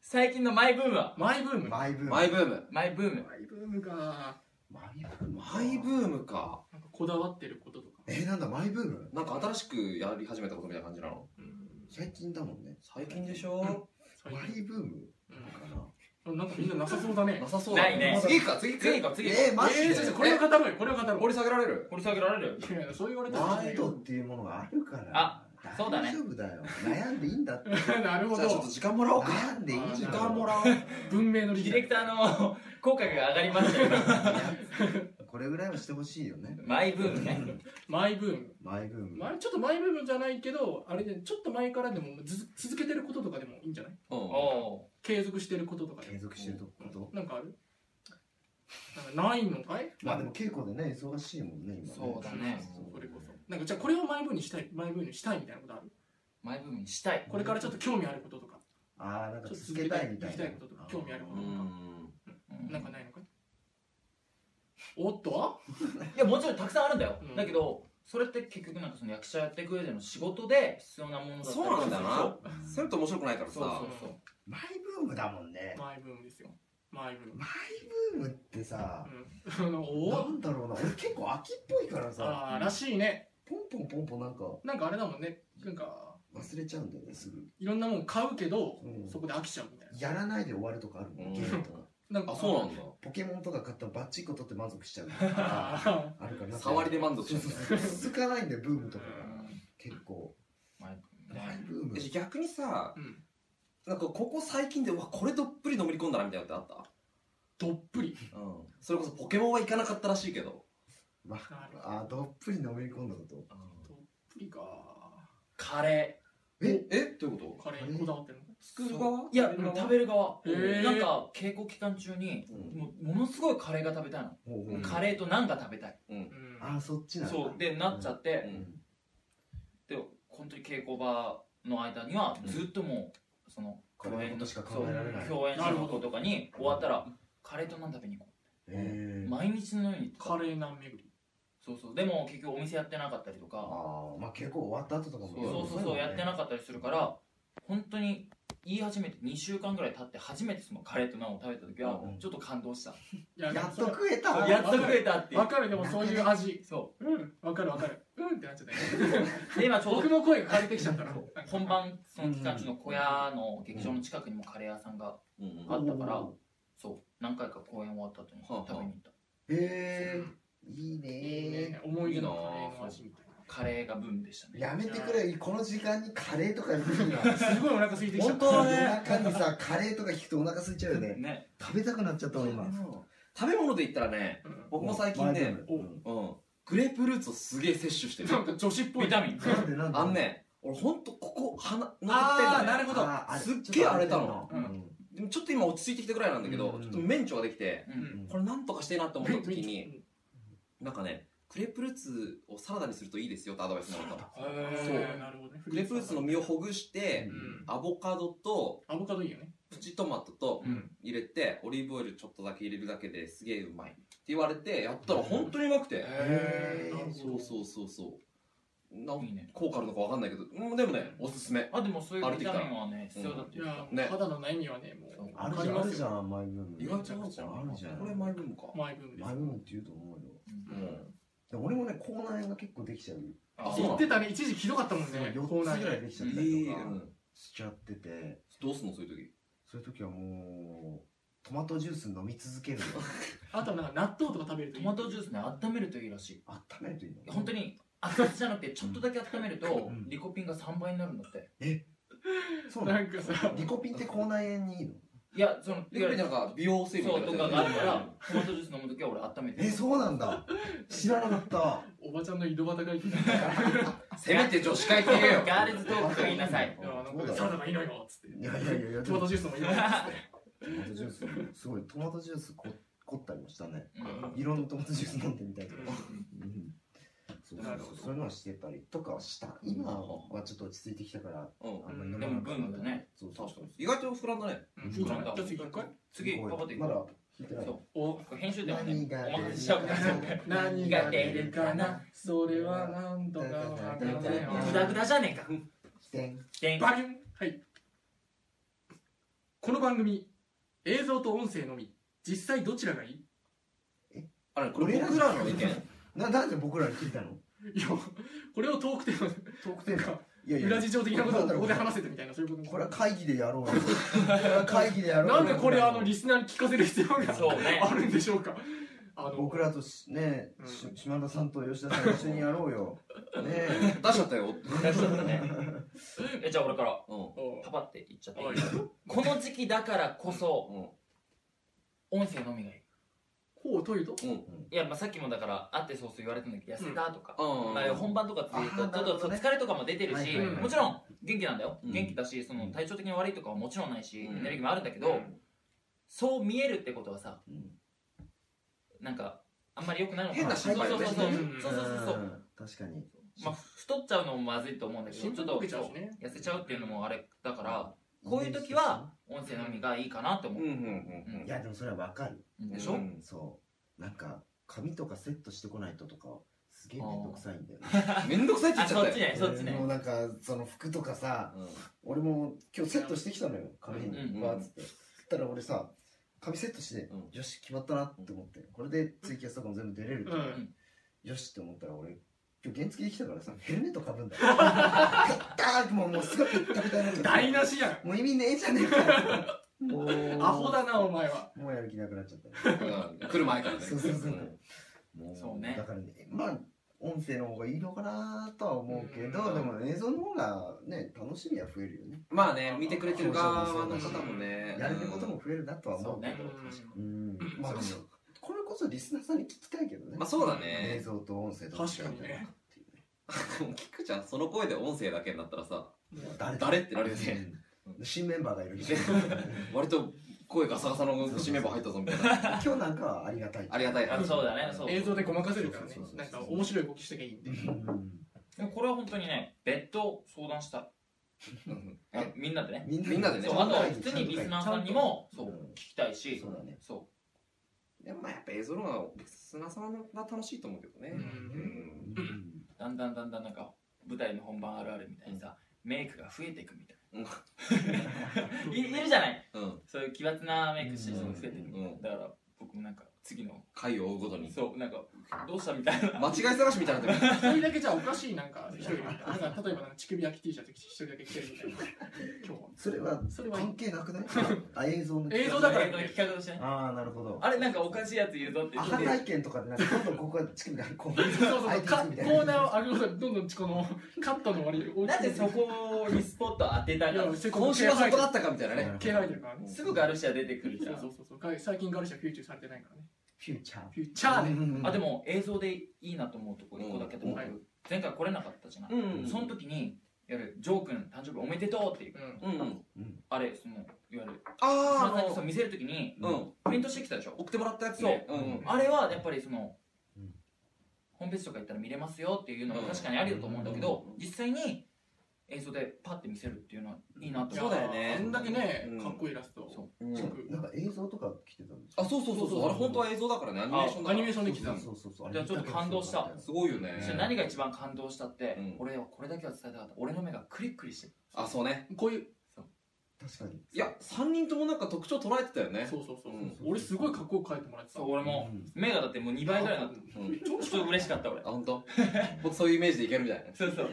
Speaker 2: 最近のマイブームは
Speaker 1: マイブー
Speaker 4: え
Speaker 1: ムマ
Speaker 4: マイブーム
Speaker 3: マイブーム
Speaker 2: マイブーム
Speaker 1: イブームか
Speaker 4: マイブーム
Speaker 3: マイブームか
Speaker 1: なんかこだわってることとか
Speaker 4: えなんだマイブーム
Speaker 3: なんか新しくやり始めたことみたいな感じなの
Speaker 1: うん
Speaker 4: 最近だもんね
Speaker 3: 最近でしょ
Speaker 1: 最
Speaker 4: マ
Speaker 1: 近
Speaker 4: イブームかな
Speaker 1: うんなんかみんななさそうだね
Speaker 3: なさそうだ
Speaker 2: ないね
Speaker 3: 次行くか次行く
Speaker 2: 次行こう次行こ
Speaker 4: えー、マジ
Speaker 1: え
Speaker 4: で
Speaker 1: ー、先生これは語ろうよこれは語ろう
Speaker 3: 俺下げられる
Speaker 2: う掘り下げられる
Speaker 1: いやいやそう言われたら
Speaker 4: ワイドっていうものがあるから
Speaker 2: あそうだね
Speaker 4: 大丈夫だよ悩んでいいんだ って
Speaker 1: なるほ
Speaker 3: じゃあちょっ
Speaker 1: ど
Speaker 3: と時間もらおうか
Speaker 4: 悩んでいいんだ
Speaker 1: あ
Speaker 4: よ
Speaker 1: 時
Speaker 3: 間もらおう
Speaker 1: 文明の
Speaker 2: デ
Speaker 1: 利
Speaker 2: ィ
Speaker 1: 器
Speaker 2: レクターの 口角が上がりましたけど
Speaker 4: これぐらいはしてほしいよね
Speaker 2: マイブームね
Speaker 1: マイブーム
Speaker 4: マイブーム
Speaker 1: まあちょっとマイブームじゃないけどあれでちょっと前からでもず続けてることとかでもいいんじゃない
Speaker 2: お
Speaker 3: う
Speaker 2: お
Speaker 1: 継続してることとかで
Speaker 4: 継続してるとこと
Speaker 1: なんかあるなんかないのかい
Speaker 4: まあでも稽古でね忙しいもんね今ね
Speaker 2: そうだね
Speaker 4: そう
Speaker 1: これこそなんかじゃあこれをマイブームにしたいマイブームにしたいみたいなことある
Speaker 2: マイブームにしたい
Speaker 1: これからちょっと興味あることとか
Speaker 4: ああなん
Speaker 1: ちょっ
Speaker 4: か
Speaker 1: と
Speaker 4: 続けたいみたい
Speaker 1: 続けた
Speaker 4: な
Speaker 1: いこととか興味あるこ
Speaker 3: ーん
Speaker 2: うん
Speaker 1: なんかないのかいおっと
Speaker 2: いやもちろんたくさんあるんだよ、
Speaker 1: うん
Speaker 2: だけどそれって結局なんかその役者やっていく上での仕事で必要なものだったり
Speaker 3: そうなんだよな
Speaker 2: そう
Speaker 3: それと面白くないから
Speaker 2: そう
Speaker 3: さ
Speaker 2: そうそう
Speaker 4: マイブームだもんね
Speaker 1: マイブームですよマイブーム
Speaker 4: マイブームってさ
Speaker 1: うん あのお
Speaker 4: な
Speaker 1: お
Speaker 4: んだろうな俺結構秋っぽいからさ
Speaker 1: あーらしいね
Speaker 4: ポンポンポンポンなんか
Speaker 1: なんかあれだもんねなんか
Speaker 4: 忘れちゃうんだよねすぐ
Speaker 1: いろんなもん買うけど
Speaker 4: うん
Speaker 1: そこで飽きちゃうみたい
Speaker 4: やらないで終わるとかあるも
Speaker 3: うん
Speaker 4: んゲームとか
Speaker 1: ななんか
Speaker 3: あそうなんだ
Speaker 4: ポケモンとか買ったらバッチリコ取って満足しちゃう
Speaker 1: あ
Speaker 4: あ
Speaker 1: ー
Speaker 4: るから
Speaker 3: 触りで満足し
Speaker 4: そう
Speaker 3: ち
Speaker 4: そう
Speaker 3: ゃ
Speaker 4: そう続かないんだよブームとか
Speaker 2: う
Speaker 4: が
Speaker 2: ん
Speaker 4: 結構
Speaker 2: マイブーム
Speaker 4: マイ
Speaker 2: ね
Speaker 4: ブーム
Speaker 3: う逆にさ
Speaker 1: うん
Speaker 3: なんかここ最近でうわこれどっぷり飲み込んだなみたいなのってあっ
Speaker 1: どっぷり
Speaker 3: たうんそれこそポケモンはいかなかったらしいけど
Speaker 4: ま
Speaker 1: なる
Speaker 4: あどっぷり飲み込んだこと
Speaker 1: どっぷりか
Speaker 2: カレ
Speaker 4: え
Speaker 3: えどういうこ
Speaker 1: カレーにこだわってるの
Speaker 3: 作る側
Speaker 2: いやもう食べる側
Speaker 1: へー
Speaker 2: なんか稽古期間中に
Speaker 4: うん
Speaker 2: もうものすごいカレーが食べたいの、
Speaker 4: ほうほう
Speaker 3: うん
Speaker 2: カレーとナンが食べたい、
Speaker 1: うん
Speaker 4: ああそっちなんだ
Speaker 2: そうでなっちゃって、
Speaker 4: うん
Speaker 2: で本当に稽古場の間にはずっともうその
Speaker 4: このことしか考えられない
Speaker 2: そう共演者のこととかに終わったらカレーと何食べに行こう
Speaker 4: へえ
Speaker 2: 毎日のように
Speaker 1: カレーナン巡り
Speaker 2: そうそうでも結局お店やってなかったりとか
Speaker 4: ああまあ結構終わった後とかも
Speaker 2: そうそうそうそうやってなかったりするから本当に言い始めて2週間ぐらい経って初めてそのカレーとナンを食べた時は
Speaker 4: うん
Speaker 2: ちょっと感動した、
Speaker 1: いや
Speaker 4: やっと
Speaker 1: それ
Speaker 4: 食えたわ
Speaker 2: やっと食えたっていう
Speaker 1: わかるでもそういう味
Speaker 2: そ
Speaker 1: うんわかるわかるうんってなっちゃったよ
Speaker 2: うで今ちょうど
Speaker 1: 僕も声が枯れてきちゃったな
Speaker 2: そう本番その期間中の小屋の劇場の近くにもカレー屋さんが
Speaker 3: うんうん
Speaker 2: あったから
Speaker 4: お
Speaker 2: そう何回か公演終わった後に食べに行った
Speaker 4: ーへえいい
Speaker 1: いい
Speaker 4: ね
Speaker 1: ね思い出のカレーの味みたい
Speaker 2: カレーがブームでしたね
Speaker 4: やめてくれこの時間にカレーとか言うには
Speaker 1: なすごいお腹空いてきちゃった
Speaker 4: 本当は夜中にさカレーとか聞くとお腹空いちゃうよね
Speaker 2: ね
Speaker 4: 食べたくなっちゃったわ今
Speaker 3: 食べ物で言ったらね
Speaker 1: うん
Speaker 3: 僕も最近ね
Speaker 4: お
Speaker 3: うんグレープフルーツをすげえ摂取 してる
Speaker 1: なんか女子っぽい
Speaker 2: ビタミン
Speaker 4: なんでなんで
Speaker 3: あんね俺ほんとここ鼻
Speaker 1: あーな
Speaker 3: る
Speaker 1: るほど
Speaker 4: あーあ
Speaker 3: すっげえ荒れたの
Speaker 4: ちょっと
Speaker 1: う
Speaker 4: 荒れてん
Speaker 3: でもちょっと今落ち着いてきたぐらいなんだけど、
Speaker 4: うん
Speaker 3: ちょっと麺調ができて
Speaker 2: う
Speaker 4: うんん
Speaker 3: これなんとかしてえなって思った時
Speaker 1: ミ
Speaker 3: に
Speaker 1: ン
Speaker 3: なんかねグレープフルーツをサラダにするといいですよってアドバイスもらった
Speaker 1: チへーなるほどね
Speaker 3: グレープフルーツの実をほぐして
Speaker 1: うん
Speaker 3: アボカドと
Speaker 1: アボカドいいよね
Speaker 3: プチトマトと
Speaker 2: うん
Speaker 3: 入れてオリーブオイルちょっとだけ入れるだけですげえうまいって言われてやったら本当にうまくて
Speaker 4: へー
Speaker 1: なるほ
Speaker 3: そ
Speaker 1: ど
Speaker 3: うそうそうそうなん
Speaker 2: いいね
Speaker 3: 効果あるのかわかんないけどうんでもねおすすめ
Speaker 2: あでもそういうビタミンはね必要だって
Speaker 1: い
Speaker 2: いう
Speaker 1: や
Speaker 2: か
Speaker 1: もう
Speaker 3: ね
Speaker 1: 肌の悩みはねもう
Speaker 4: あ
Speaker 1: わ
Speaker 4: る
Speaker 1: か
Speaker 4: じ
Speaker 1: り
Speaker 4: ゃんあ
Speaker 1: ま
Speaker 4: る
Speaker 1: す
Speaker 4: じゃ
Speaker 1: よ
Speaker 4: んマイブーム
Speaker 3: 意外となんか
Speaker 4: あるじゃん
Speaker 3: これマイブームか
Speaker 1: マイブームです
Speaker 4: マイブームって言うと思うよ
Speaker 2: うん
Speaker 3: うん
Speaker 4: で俺もね口内炎が結構できちゃう
Speaker 2: あ
Speaker 3: そうな
Speaker 1: 言
Speaker 3: の
Speaker 1: ってたね一時ひどかったもんね
Speaker 4: 4
Speaker 1: 口内
Speaker 4: つぐらいできちゃった
Speaker 3: い
Speaker 4: り
Speaker 3: い
Speaker 4: と
Speaker 3: う
Speaker 4: か
Speaker 3: ん
Speaker 4: しちゃってて
Speaker 3: どうすんのそういう時
Speaker 4: そういう時はもうトマトジュース飲み続けるよ
Speaker 1: あとなんか納豆とか食べると
Speaker 2: ト
Speaker 1: いい
Speaker 2: マトジュースね温めるといいらしい
Speaker 4: 温めるといいの
Speaker 2: 本当に熱々じゃなくてちょっとだけ温めると
Speaker 4: うん
Speaker 2: リコピンが3倍になるんだって
Speaker 4: そうな
Speaker 1: な
Speaker 4: の
Speaker 1: んかさ
Speaker 4: リコピンって口内炎にいいの
Speaker 2: いやその
Speaker 3: でこれなんか美容成
Speaker 2: そう
Speaker 3: 分
Speaker 2: と
Speaker 3: みた
Speaker 2: か
Speaker 3: いな
Speaker 2: があるからトマトジュース飲む時は俺温めて
Speaker 4: えそうなんだ知らなかった
Speaker 1: おばちゃんの井戸端会議い
Speaker 3: せめて女子会って言えよ
Speaker 2: ガールズトークと言いなさい
Speaker 1: やなん
Speaker 4: そう
Speaker 1: か
Speaker 4: だ
Speaker 1: サラダがいいのよっつって
Speaker 4: いやいやいやいやで
Speaker 1: トマ
Speaker 4: も
Speaker 1: ト
Speaker 4: ト
Speaker 1: ジュースもいいのよっつって
Speaker 4: マトジュースすごいトマトジュースこ凝ったりもしたね
Speaker 2: うん
Speaker 4: いろんなトマトジュース飲んでみたいとかうんそうそ
Speaker 1: な
Speaker 4: う
Speaker 1: る
Speaker 4: そ
Speaker 1: ほ
Speaker 4: う
Speaker 1: ど
Speaker 4: そういうのをしてたりとかはした今はちょっと落ち着いてきたから
Speaker 3: うん
Speaker 4: あんまり飲ま
Speaker 2: でも
Speaker 4: なかった
Speaker 2: ブームだね
Speaker 4: そうそう
Speaker 3: 確かに意外とフランだね
Speaker 1: うん
Speaker 4: そうなん
Speaker 2: だ
Speaker 1: じゃあ次一回
Speaker 2: 次パパと行
Speaker 4: まだ
Speaker 2: こ
Speaker 4: 聞いて
Speaker 2: う
Speaker 4: ない
Speaker 2: そ
Speaker 1: お
Speaker 2: う編集ではね
Speaker 4: 何が
Speaker 2: お任せしちゃうから
Speaker 4: 出
Speaker 1: 何
Speaker 2: が出るかな
Speaker 1: それはなんとかわからないよ
Speaker 2: グダグダじゃねえか
Speaker 4: 起点
Speaker 2: でん
Speaker 1: バキュンはいこの番組映像と音声のみ実際どちらがいい
Speaker 3: あれこれ僕らの意見
Speaker 4: ななんで僕らに聞いたの
Speaker 1: いやこれをトークテーマで
Speaker 4: トークテーマいや
Speaker 1: 裏事情的なことをここで話せてみたいなそういうこと
Speaker 4: これは会議でやろうよこれは会議でやろうよ
Speaker 1: なんでこれあのリスナーに聞かせる必要が
Speaker 2: そうね
Speaker 1: あるんでしょうかあの
Speaker 4: 僕らとしね、
Speaker 1: うん
Speaker 4: し島田さんと吉田さんが一緒にやろうよね
Speaker 3: 出しちゃったよ
Speaker 2: 大丈夫だねえじゃあ俺から
Speaker 3: うん
Speaker 1: おう
Speaker 2: パパって言っちゃっていい
Speaker 1: おい
Speaker 2: この時期だからこそ
Speaker 3: うん
Speaker 2: 音声のみがいい
Speaker 1: こうというと
Speaker 2: いやまあさっきもだから会ってそうそう言われたんだけど痩せたとか、
Speaker 3: うん
Speaker 2: まあ、本番とかって言うと
Speaker 4: あー
Speaker 2: ちょっと
Speaker 4: なるほどね
Speaker 2: 疲れとかも出てる
Speaker 4: はい
Speaker 2: し、
Speaker 4: はい
Speaker 1: はい
Speaker 2: もちろん元気なんだよ、
Speaker 3: うん
Speaker 2: 元気だしその体調的に悪いとかはもちろんないし、
Speaker 3: うん
Speaker 2: エネルギーもあるんだけど、
Speaker 3: うん
Speaker 2: そう見えるってことはさ
Speaker 4: え
Speaker 2: なんかあんまり良くないのかな
Speaker 3: 変な
Speaker 2: そう
Speaker 3: 心
Speaker 2: そう
Speaker 3: 配
Speaker 2: そ
Speaker 3: を
Speaker 2: う
Speaker 3: ね
Speaker 2: そうそう そう
Speaker 1: うん
Speaker 2: そうそう
Speaker 4: 確かに
Speaker 2: まあ太っちゃうのもまずいと思うんだけど
Speaker 1: 心
Speaker 2: ちょ
Speaker 1: 臓
Speaker 2: っ
Speaker 1: 溶
Speaker 2: と
Speaker 1: けちゃうしね
Speaker 2: 痩せちゃうっていうのもあれだからこういう時は音声のみがいいかなって
Speaker 3: うん
Speaker 2: 思
Speaker 3: う
Speaker 2: う、
Speaker 3: んうんうん
Speaker 4: いやでもそれはわかる
Speaker 2: でし
Speaker 3: う
Speaker 2: ょ、
Speaker 3: ん
Speaker 4: そうなんか髪とかセットしてこないととかすげえ面倒くさいんだよね
Speaker 3: めんどくさいって言
Speaker 2: あ
Speaker 3: っちゃ
Speaker 2: そっ
Speaker 3: ったよ
Speaker 2: ちね そっち
Speaker 4: 俺
Speaker 2: ね
Speaker 4: もなんかその服とかさ俺も今日セットしてきたのよ髪に
Speaker 2: うん
Speaker 4: バーっつってそしたら俺さ髪セットして
Speaker 3: うん
Speaker 4: よし決まったなって思ってこれでツイキャスとかも全部出れると
Speaker 1: うん
Speaker 4: よしって思ったら俺今日原付で来たからさヘルメットかぶんだよダーッもうもうすごいペッタペタになっちゃって
Speaker 1: 台無しや
Speaker 4: もう意味ねえじゃねえかも
Speaker 1: ん
Speaker 4: う
Speaker 1: アホだなお前は
Speaker 4: もうやる気なくなっちゃった
Speaker 3: うん来る前からね
Speaker 4: そうそうそうも
Speaker 2: そうね
Speaker 4: だからねまあ音声の方がいいのかなとは思うけ
Speaker 1: う
Speaker 4: ど
Speaker 1: ん
Speaker 4: でも映像の方がね楽しみは増えるよね
Speaker 3: まあね見てくれてる側の方もね
Speaker 4: やれることも増えるなとは思
Speaker 2: そううね
Speaker 4: うんまあでも
Speaker 1: そ
Speaker 4: これこそリスナーさんに聞きたいけどね
Speaker 3: まあそうだ
Speaker 4: 映
Speaker 3: ね
Speaker 4: 像と音声どっちがいいのかっていうね
Speaker 3: でも菊ちゃんその声で音声だけになったらさ
Speaker 1: うん
Speaker 4: 誰
Speaker 3: 誰ってなるよね
Speaker 4: うん新メンバーがいるみたいな
Speaker 3: 割と声ガサガサの締め棒入ったぞみたい な。
Speaker 4: 今日なんかはありがたい
Speaker 3: ありがたい。
Speaker 2: あそうだねそう
Speaker 1: 映像でごまかせるからね
Speaker 4: そうそうそう
Speaker 1: なんか面白い動きしてきゃいいんで
Speaker 4: うん
Speaker 2: でもこれは本当にね別途相談したい
Speaker 3: うん
Speaker 2: あみんなでね
Speaker 4: みんな
Speaker 3: みんなでね
Speaker 2: そうあとは普通にリスナーさんにも
Speaker 4: ちゃ
Speaker 2: そ
Speaker 4: んと
Speaker 2: う
Speaker 4: うん
Speaker 2: 聞きたいし
Speaker 4: そうだね
Speaker 2: そ
Speaker 3: でもまあやっぱ映像の方が砂さんが楽しいと思うけどね。
Speaker 1: う
Speaker 3: うん
Speaker 1: ん
Speaker 2: うだんだんだんだんなんか舞台の本番あるあるみたいにさメイクが増えていくみたいないいるじゃない
Speaker 3: うん。
Speaker 2: そういう奇抜なメイクしてる人が増えて
Speaker 3: う
Speaker 2: る
Speaker 3: ん。
Speaker 2: だから僕もなんか次の
Speaker 3: 回を追うごとに。
Speaker 2: そうなんかどうしたみたいな
Speaker 3: 間違い探しみたいな時。
Speaker 1: 一人だけじゃおかしいなんか一人 みたいななんか例えばなんか乳首焼き T シャツ一人だけ着てるみたいな今日は
Speaker 4: それは
Speaker 1: それはいい
Speaker 4: 関係なくないあ映像の
Speaker 1: 映像だから
Speaker 2: 映像の企画としてね
Speaker 4: ああなるほど
Speaker 2: あれなんかおかしいやつ言うぞって
Speaker 4: ア
Speaker 2: 言って
Speaker 4: ハ
Speaker 2: て
Speaker 4: 体験とかでなんかどんどんここが乳首がこう
Speaker 1: そうそうそ
Speaker 4: 開
Speaker 1: う
Speaker 4: いてい
Speaker 1: かコ
Speaker 4: くみたいな
Speaker 1: ーナーを上げることでどんどんこのカットの割に追いつ
Speaker 2: ない
Speaker 1: て
Speaker 2: ぜそこにスポット当てた
Speaker 1: い
Speaker 2: か
Speaker 1: やせ
Speaker 3: 今週はそこだったかみたいなね。
Speaker 1: 毛生えてるからね
Speaker 2: すぐガルシア出てくるじゃ
Speaker 1: そうんそうそうそうガリ最近ガルシアフューチューされてないからね
Speaker 4: フューチャー
Speaker 1: フューチャーね
Speaker 4: ね
Speaker 2: あでも映像でいいなと思うとこ一個だけでも、
Speaker 1: うんはい
Speaker 2: 前回来れなかったじゃない、
Speaker 3: うん
Speaker 2: その時にいわゆるジョー君誕生日おめでとうっていう
Speaker 1: うん
Speaker 3: うん。
Speaker 2: あれそのいわゆる
Speaker 3: あ
Speaker 2: 島
Speaker 3: あ
Speaker 2: さんにそう見せる時に
Speaker 3: うん。送
Speaker 2: プリントしてきたでしょ
Speaker 3: ってもらったやつね。うん。
Speaker 2: あれはやっぱりその、
Speaker 4: うん
Speaker 2: ホームページとか行ったら見れますよっていうのは
Speaker 3: うん
Speaker 2: 確かにありだと思うんだけど、
Speaker 3: うん
Speaker 2: 実際に映像でパッて見せるっていうのはいいなと
Speaker 1: いや
Speaker 2: 思
Speaker 3: そうだよね
Speaker 1: あんだけね
Speaker 3: うん
Speaker 1: かっこいいイラスト
Speaker 2: そう
Speaker 3: うん
Speaker 4: しかもなんか映像とか来てたんです
Speaker 3: あ、そうそうそうそう。あれ本当は映像だからね。アニメーションだ
Speaker 1: ア
Speaker 3: か
Speaker 1: ニ
Speaker 3: ら
Speaker 1: メー。ションで刻む
Speaker 4: そうそうそうあれ
Speaker 2: じゃあちょっと感動した
Speaker 3: すごいよね
Speaker 2: そ。して何が一番感動したって、
Speaker 3: うん
Speaker 2: 俺はこれだけは伝えたかった俺の目がクリックリしてる
Speaker 3: あ、そうね。
Speaker 1: こういう
Speaker 4: 確かに
Speaker 3: いや、3人ともなんか特徴捉えてたよね。
Speaker 1: そうそうそう
Speaker 3: うん
Speaker 1: 俺すごいかっこよく描いてもらってた
Speaker 2: そう俺も
Speaker 4: うん
Speaker 2: 目がだってもう2倍ぐらいになって
Speaker 3: うん
Speaker 2: ちょっと嬉しかった俺
Speaker 3: あ、本当。 僕そういうイメージでいけるみたいな。
Speaker 2: そうそう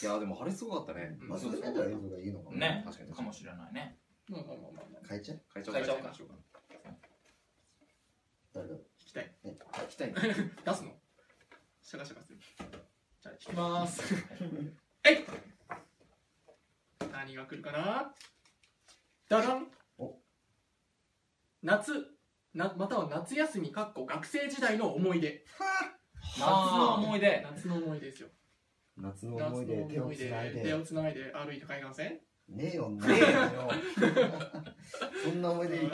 Speaker 3: いや、でもあれすごかったね。
Speaker 4: まあそれなんか映像がいいのかも
Speaker 2: ね
Speaker 3: 確かに
Speaker 2: かもしれないね
Speaker 1: まあまあまあまあまあ
Speaker 4: 変えちゃう
Speaker 3: 会長
Speaker 2: 会長
Speaker 3: か。
Speaker 4: 誰だ
Speaker 1: 弾きたい
Speaker 3: 行きたいね。
Speaker 1: 出すのシャカシャカするじゃあ弾きまーす 何が来るかなダダン
Speaker 4: お
Speaker 1: 夏なまたは夏休みかっこ学生時代の思い出
Speaker 2: 夏の思い出
Speaker 1: 夏の思い出ですよ
Speaker 4: 夏の
Speaker 1: 夏
Speaker 4: 思い出手
Speaker 1: の
Speaker 4: を
Speaker 1: 思
Speaker 4: つない
Speaker 1: 手
Speaker 4: で
Speaker 1: をつないで歩いた海岸線
Speaker 4: ねえよねえよ そんな思い出いい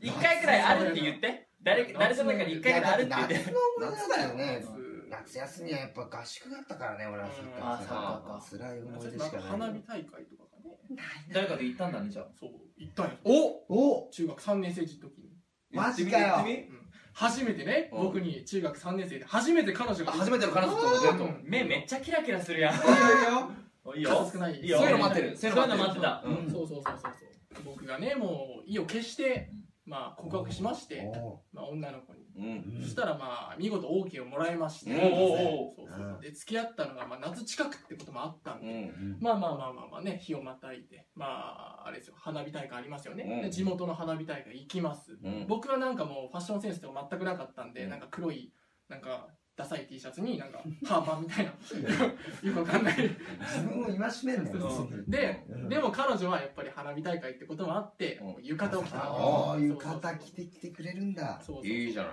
Speaker 2: 一回くらいあるって言って誰誰でもいいから一回くらいあるって言っ
Speaker 4: 夏
Speaker 2: て
Speaker 4: の思い出だよね
Speaker 1: 夏
Speaker 4: 夏休みはやっぱ合宿だったからね俺は
Speaker 1: うん
Speaker 2: あそうか
Speaker 4: そう辛い思い
Speaker 1: 夏
Speaker 4: 出
Speaker 1: な
Speaker 4: し
Speaker 1: んか
Speaker 4: かな
Speaker 1: 花火
Speaker 4: い
Speaker 1: 大会とかかね
Speaker 2: 誰かと行ったんだねじゃあ
Speaker 1: そう行ったんよ
Speaker 3: お
Speaker 4: お
Speaker 1: 中学3年生の時に
Speaker 4: マジかよ
Speaker 3: 行ってみ行って
Speaker 1: 初めてね
Speaker 3: うん
Speaker 1: 僕に中学3年生で初めて彼女
Speaker 3: み
Speaker 1: が
Speaker 3: あ初めての彼女とのデート。
Speaker 1: うん
Speaker 2: 目めっちゃキラキラするやん
Speaker 3: いやいや。
Speaker 2: いい
Speaker 1: 数
Speaker 2: よ
Speaker 1: 少な い
Speaker 2: いいよ
Speaker 3: そういうの待ってる。
Speaker 2: そういうの待ってた
Speaker 3: うん
Speaker 4: うん
Speaker 1: そうそうそうそうそう僕がねもう意を決して
Speaker 2: うん、
Speaker 1: まあ、告白しまして、
Speaker 4: お
Speaker 1: まあ、女の子に、
Speaker 3: うん。
Speaker 4: ー
Speaker 1: そしたらまあ見事 OK をもらいまして、
Speaker 3: うん
Speaker 2: お
Speaker 1: そうそうそうで付き合ったのが、まあ、夏近くってこともあったん
Speaker 3: う
Speaker 1: で、
Speaker 3: ん。
Speaker 4: うん
Speaker 1: まあまあまあまあまあね日をまたいでまああれですよ花火大会ありますよね、
Speaker 3: うん
Speaker 1: で地元の花火大会行きます、
Speaker 3: うん
Speaker 1: 僕はなんかもうファッションセンスとか全くなかったんで、
Speaker 3: うん
Speaker 1: なんか黒いなんかダサい T シャツになんかハーパーみたいなよくわかんない
Speaker 4: 自分を戒めるんだ
Speaker 1: そう
Speaker 4: よ
Speaker 1: そうででも彼女はやっぱり花火大会ってこともあって、
Speaker 3: うん
Speaker 1: 浴衣を着た
Speaker 4: ああ
Speaker 1: そう
Speaker 4: 浴
Speaker 1: そうそう
Speaker 4: 衣着てきてくれるんだ
Speaker 1: そうそうそう
Speaker 3: いいじゃない。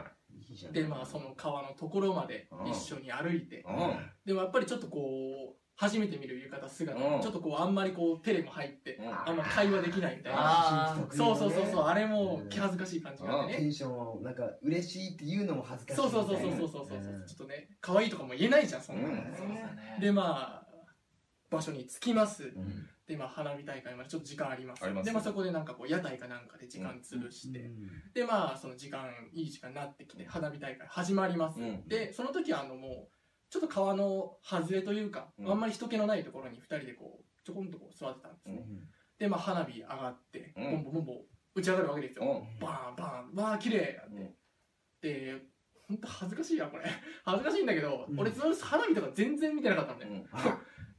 Speaker 4: いいじゃん
Speaker 1: でまあその川のところまで
Speaker 3: うん
Speaker 1: 一緒に歩いて
Speaker 3: う
Speaker 1: でもやっぱりちょっとこう初めて見る浴衣姿
Speaker 3: うん
Speaker 1: ちょっとこうあんまりこうテレも入って
Speaker 3: ん。うん。
Speaker 1: あんま会話できないみたいな
Speaker 2: あー
Speaker 1: そうそうそうそうあれも
Speaker 4: うん
Speaker 1: 気恥ずかしい感じがあって
Speaker 4: テ
Speaker 1: ね
Speaker 4: ンションをなんか嬉しいって言うのも恥ずかしい
Speaker 1: そう
Speaker 4: みた
Speaker 1: そ
Speaker 4: いうな
Speaker 1: そうそうそうそうそう
Speaker 4: うん
Speaker 1: ちょっとね可愛いとかも言えないじゃんそんな
Speaker 3: う
Speaker 1: の
Speaker 3: ん
Speaker 2: そうだね
Speaker 1: でまあ場所に着きます
Speaker 3: うん
Speaker 1: でまあ花火大会までちょっと時間あります
Speaker 3: あります
Speaker 1: でまあそこでなんかこう屋台かなんかで時間潰してでまあその時間いい時間になってきて花火大会始まります、
Speaker 3: うん
Speaker 1: でその時はあのもうちょっと川の外れというか、
Speaker 3: うん
Speaker 1: あんまり人気のないところに2人でこうちょこんとこう座ってたんですね、でまあ花火上がって、
Speaker 3: うん
Speaker 1: ボンボンボンボン打ち上がるわけですよ、
Speaker 3: うん。
Speaker 1: バーンバーンわあ綺麗なって、
Speaker 3: うん
Speaker 1: で本当恥ずかしいやこれ 恥ずかしいんだけど、
Speaker 4: うん
Speaker 1: 俺その花火とか全然見てなかったんだよ、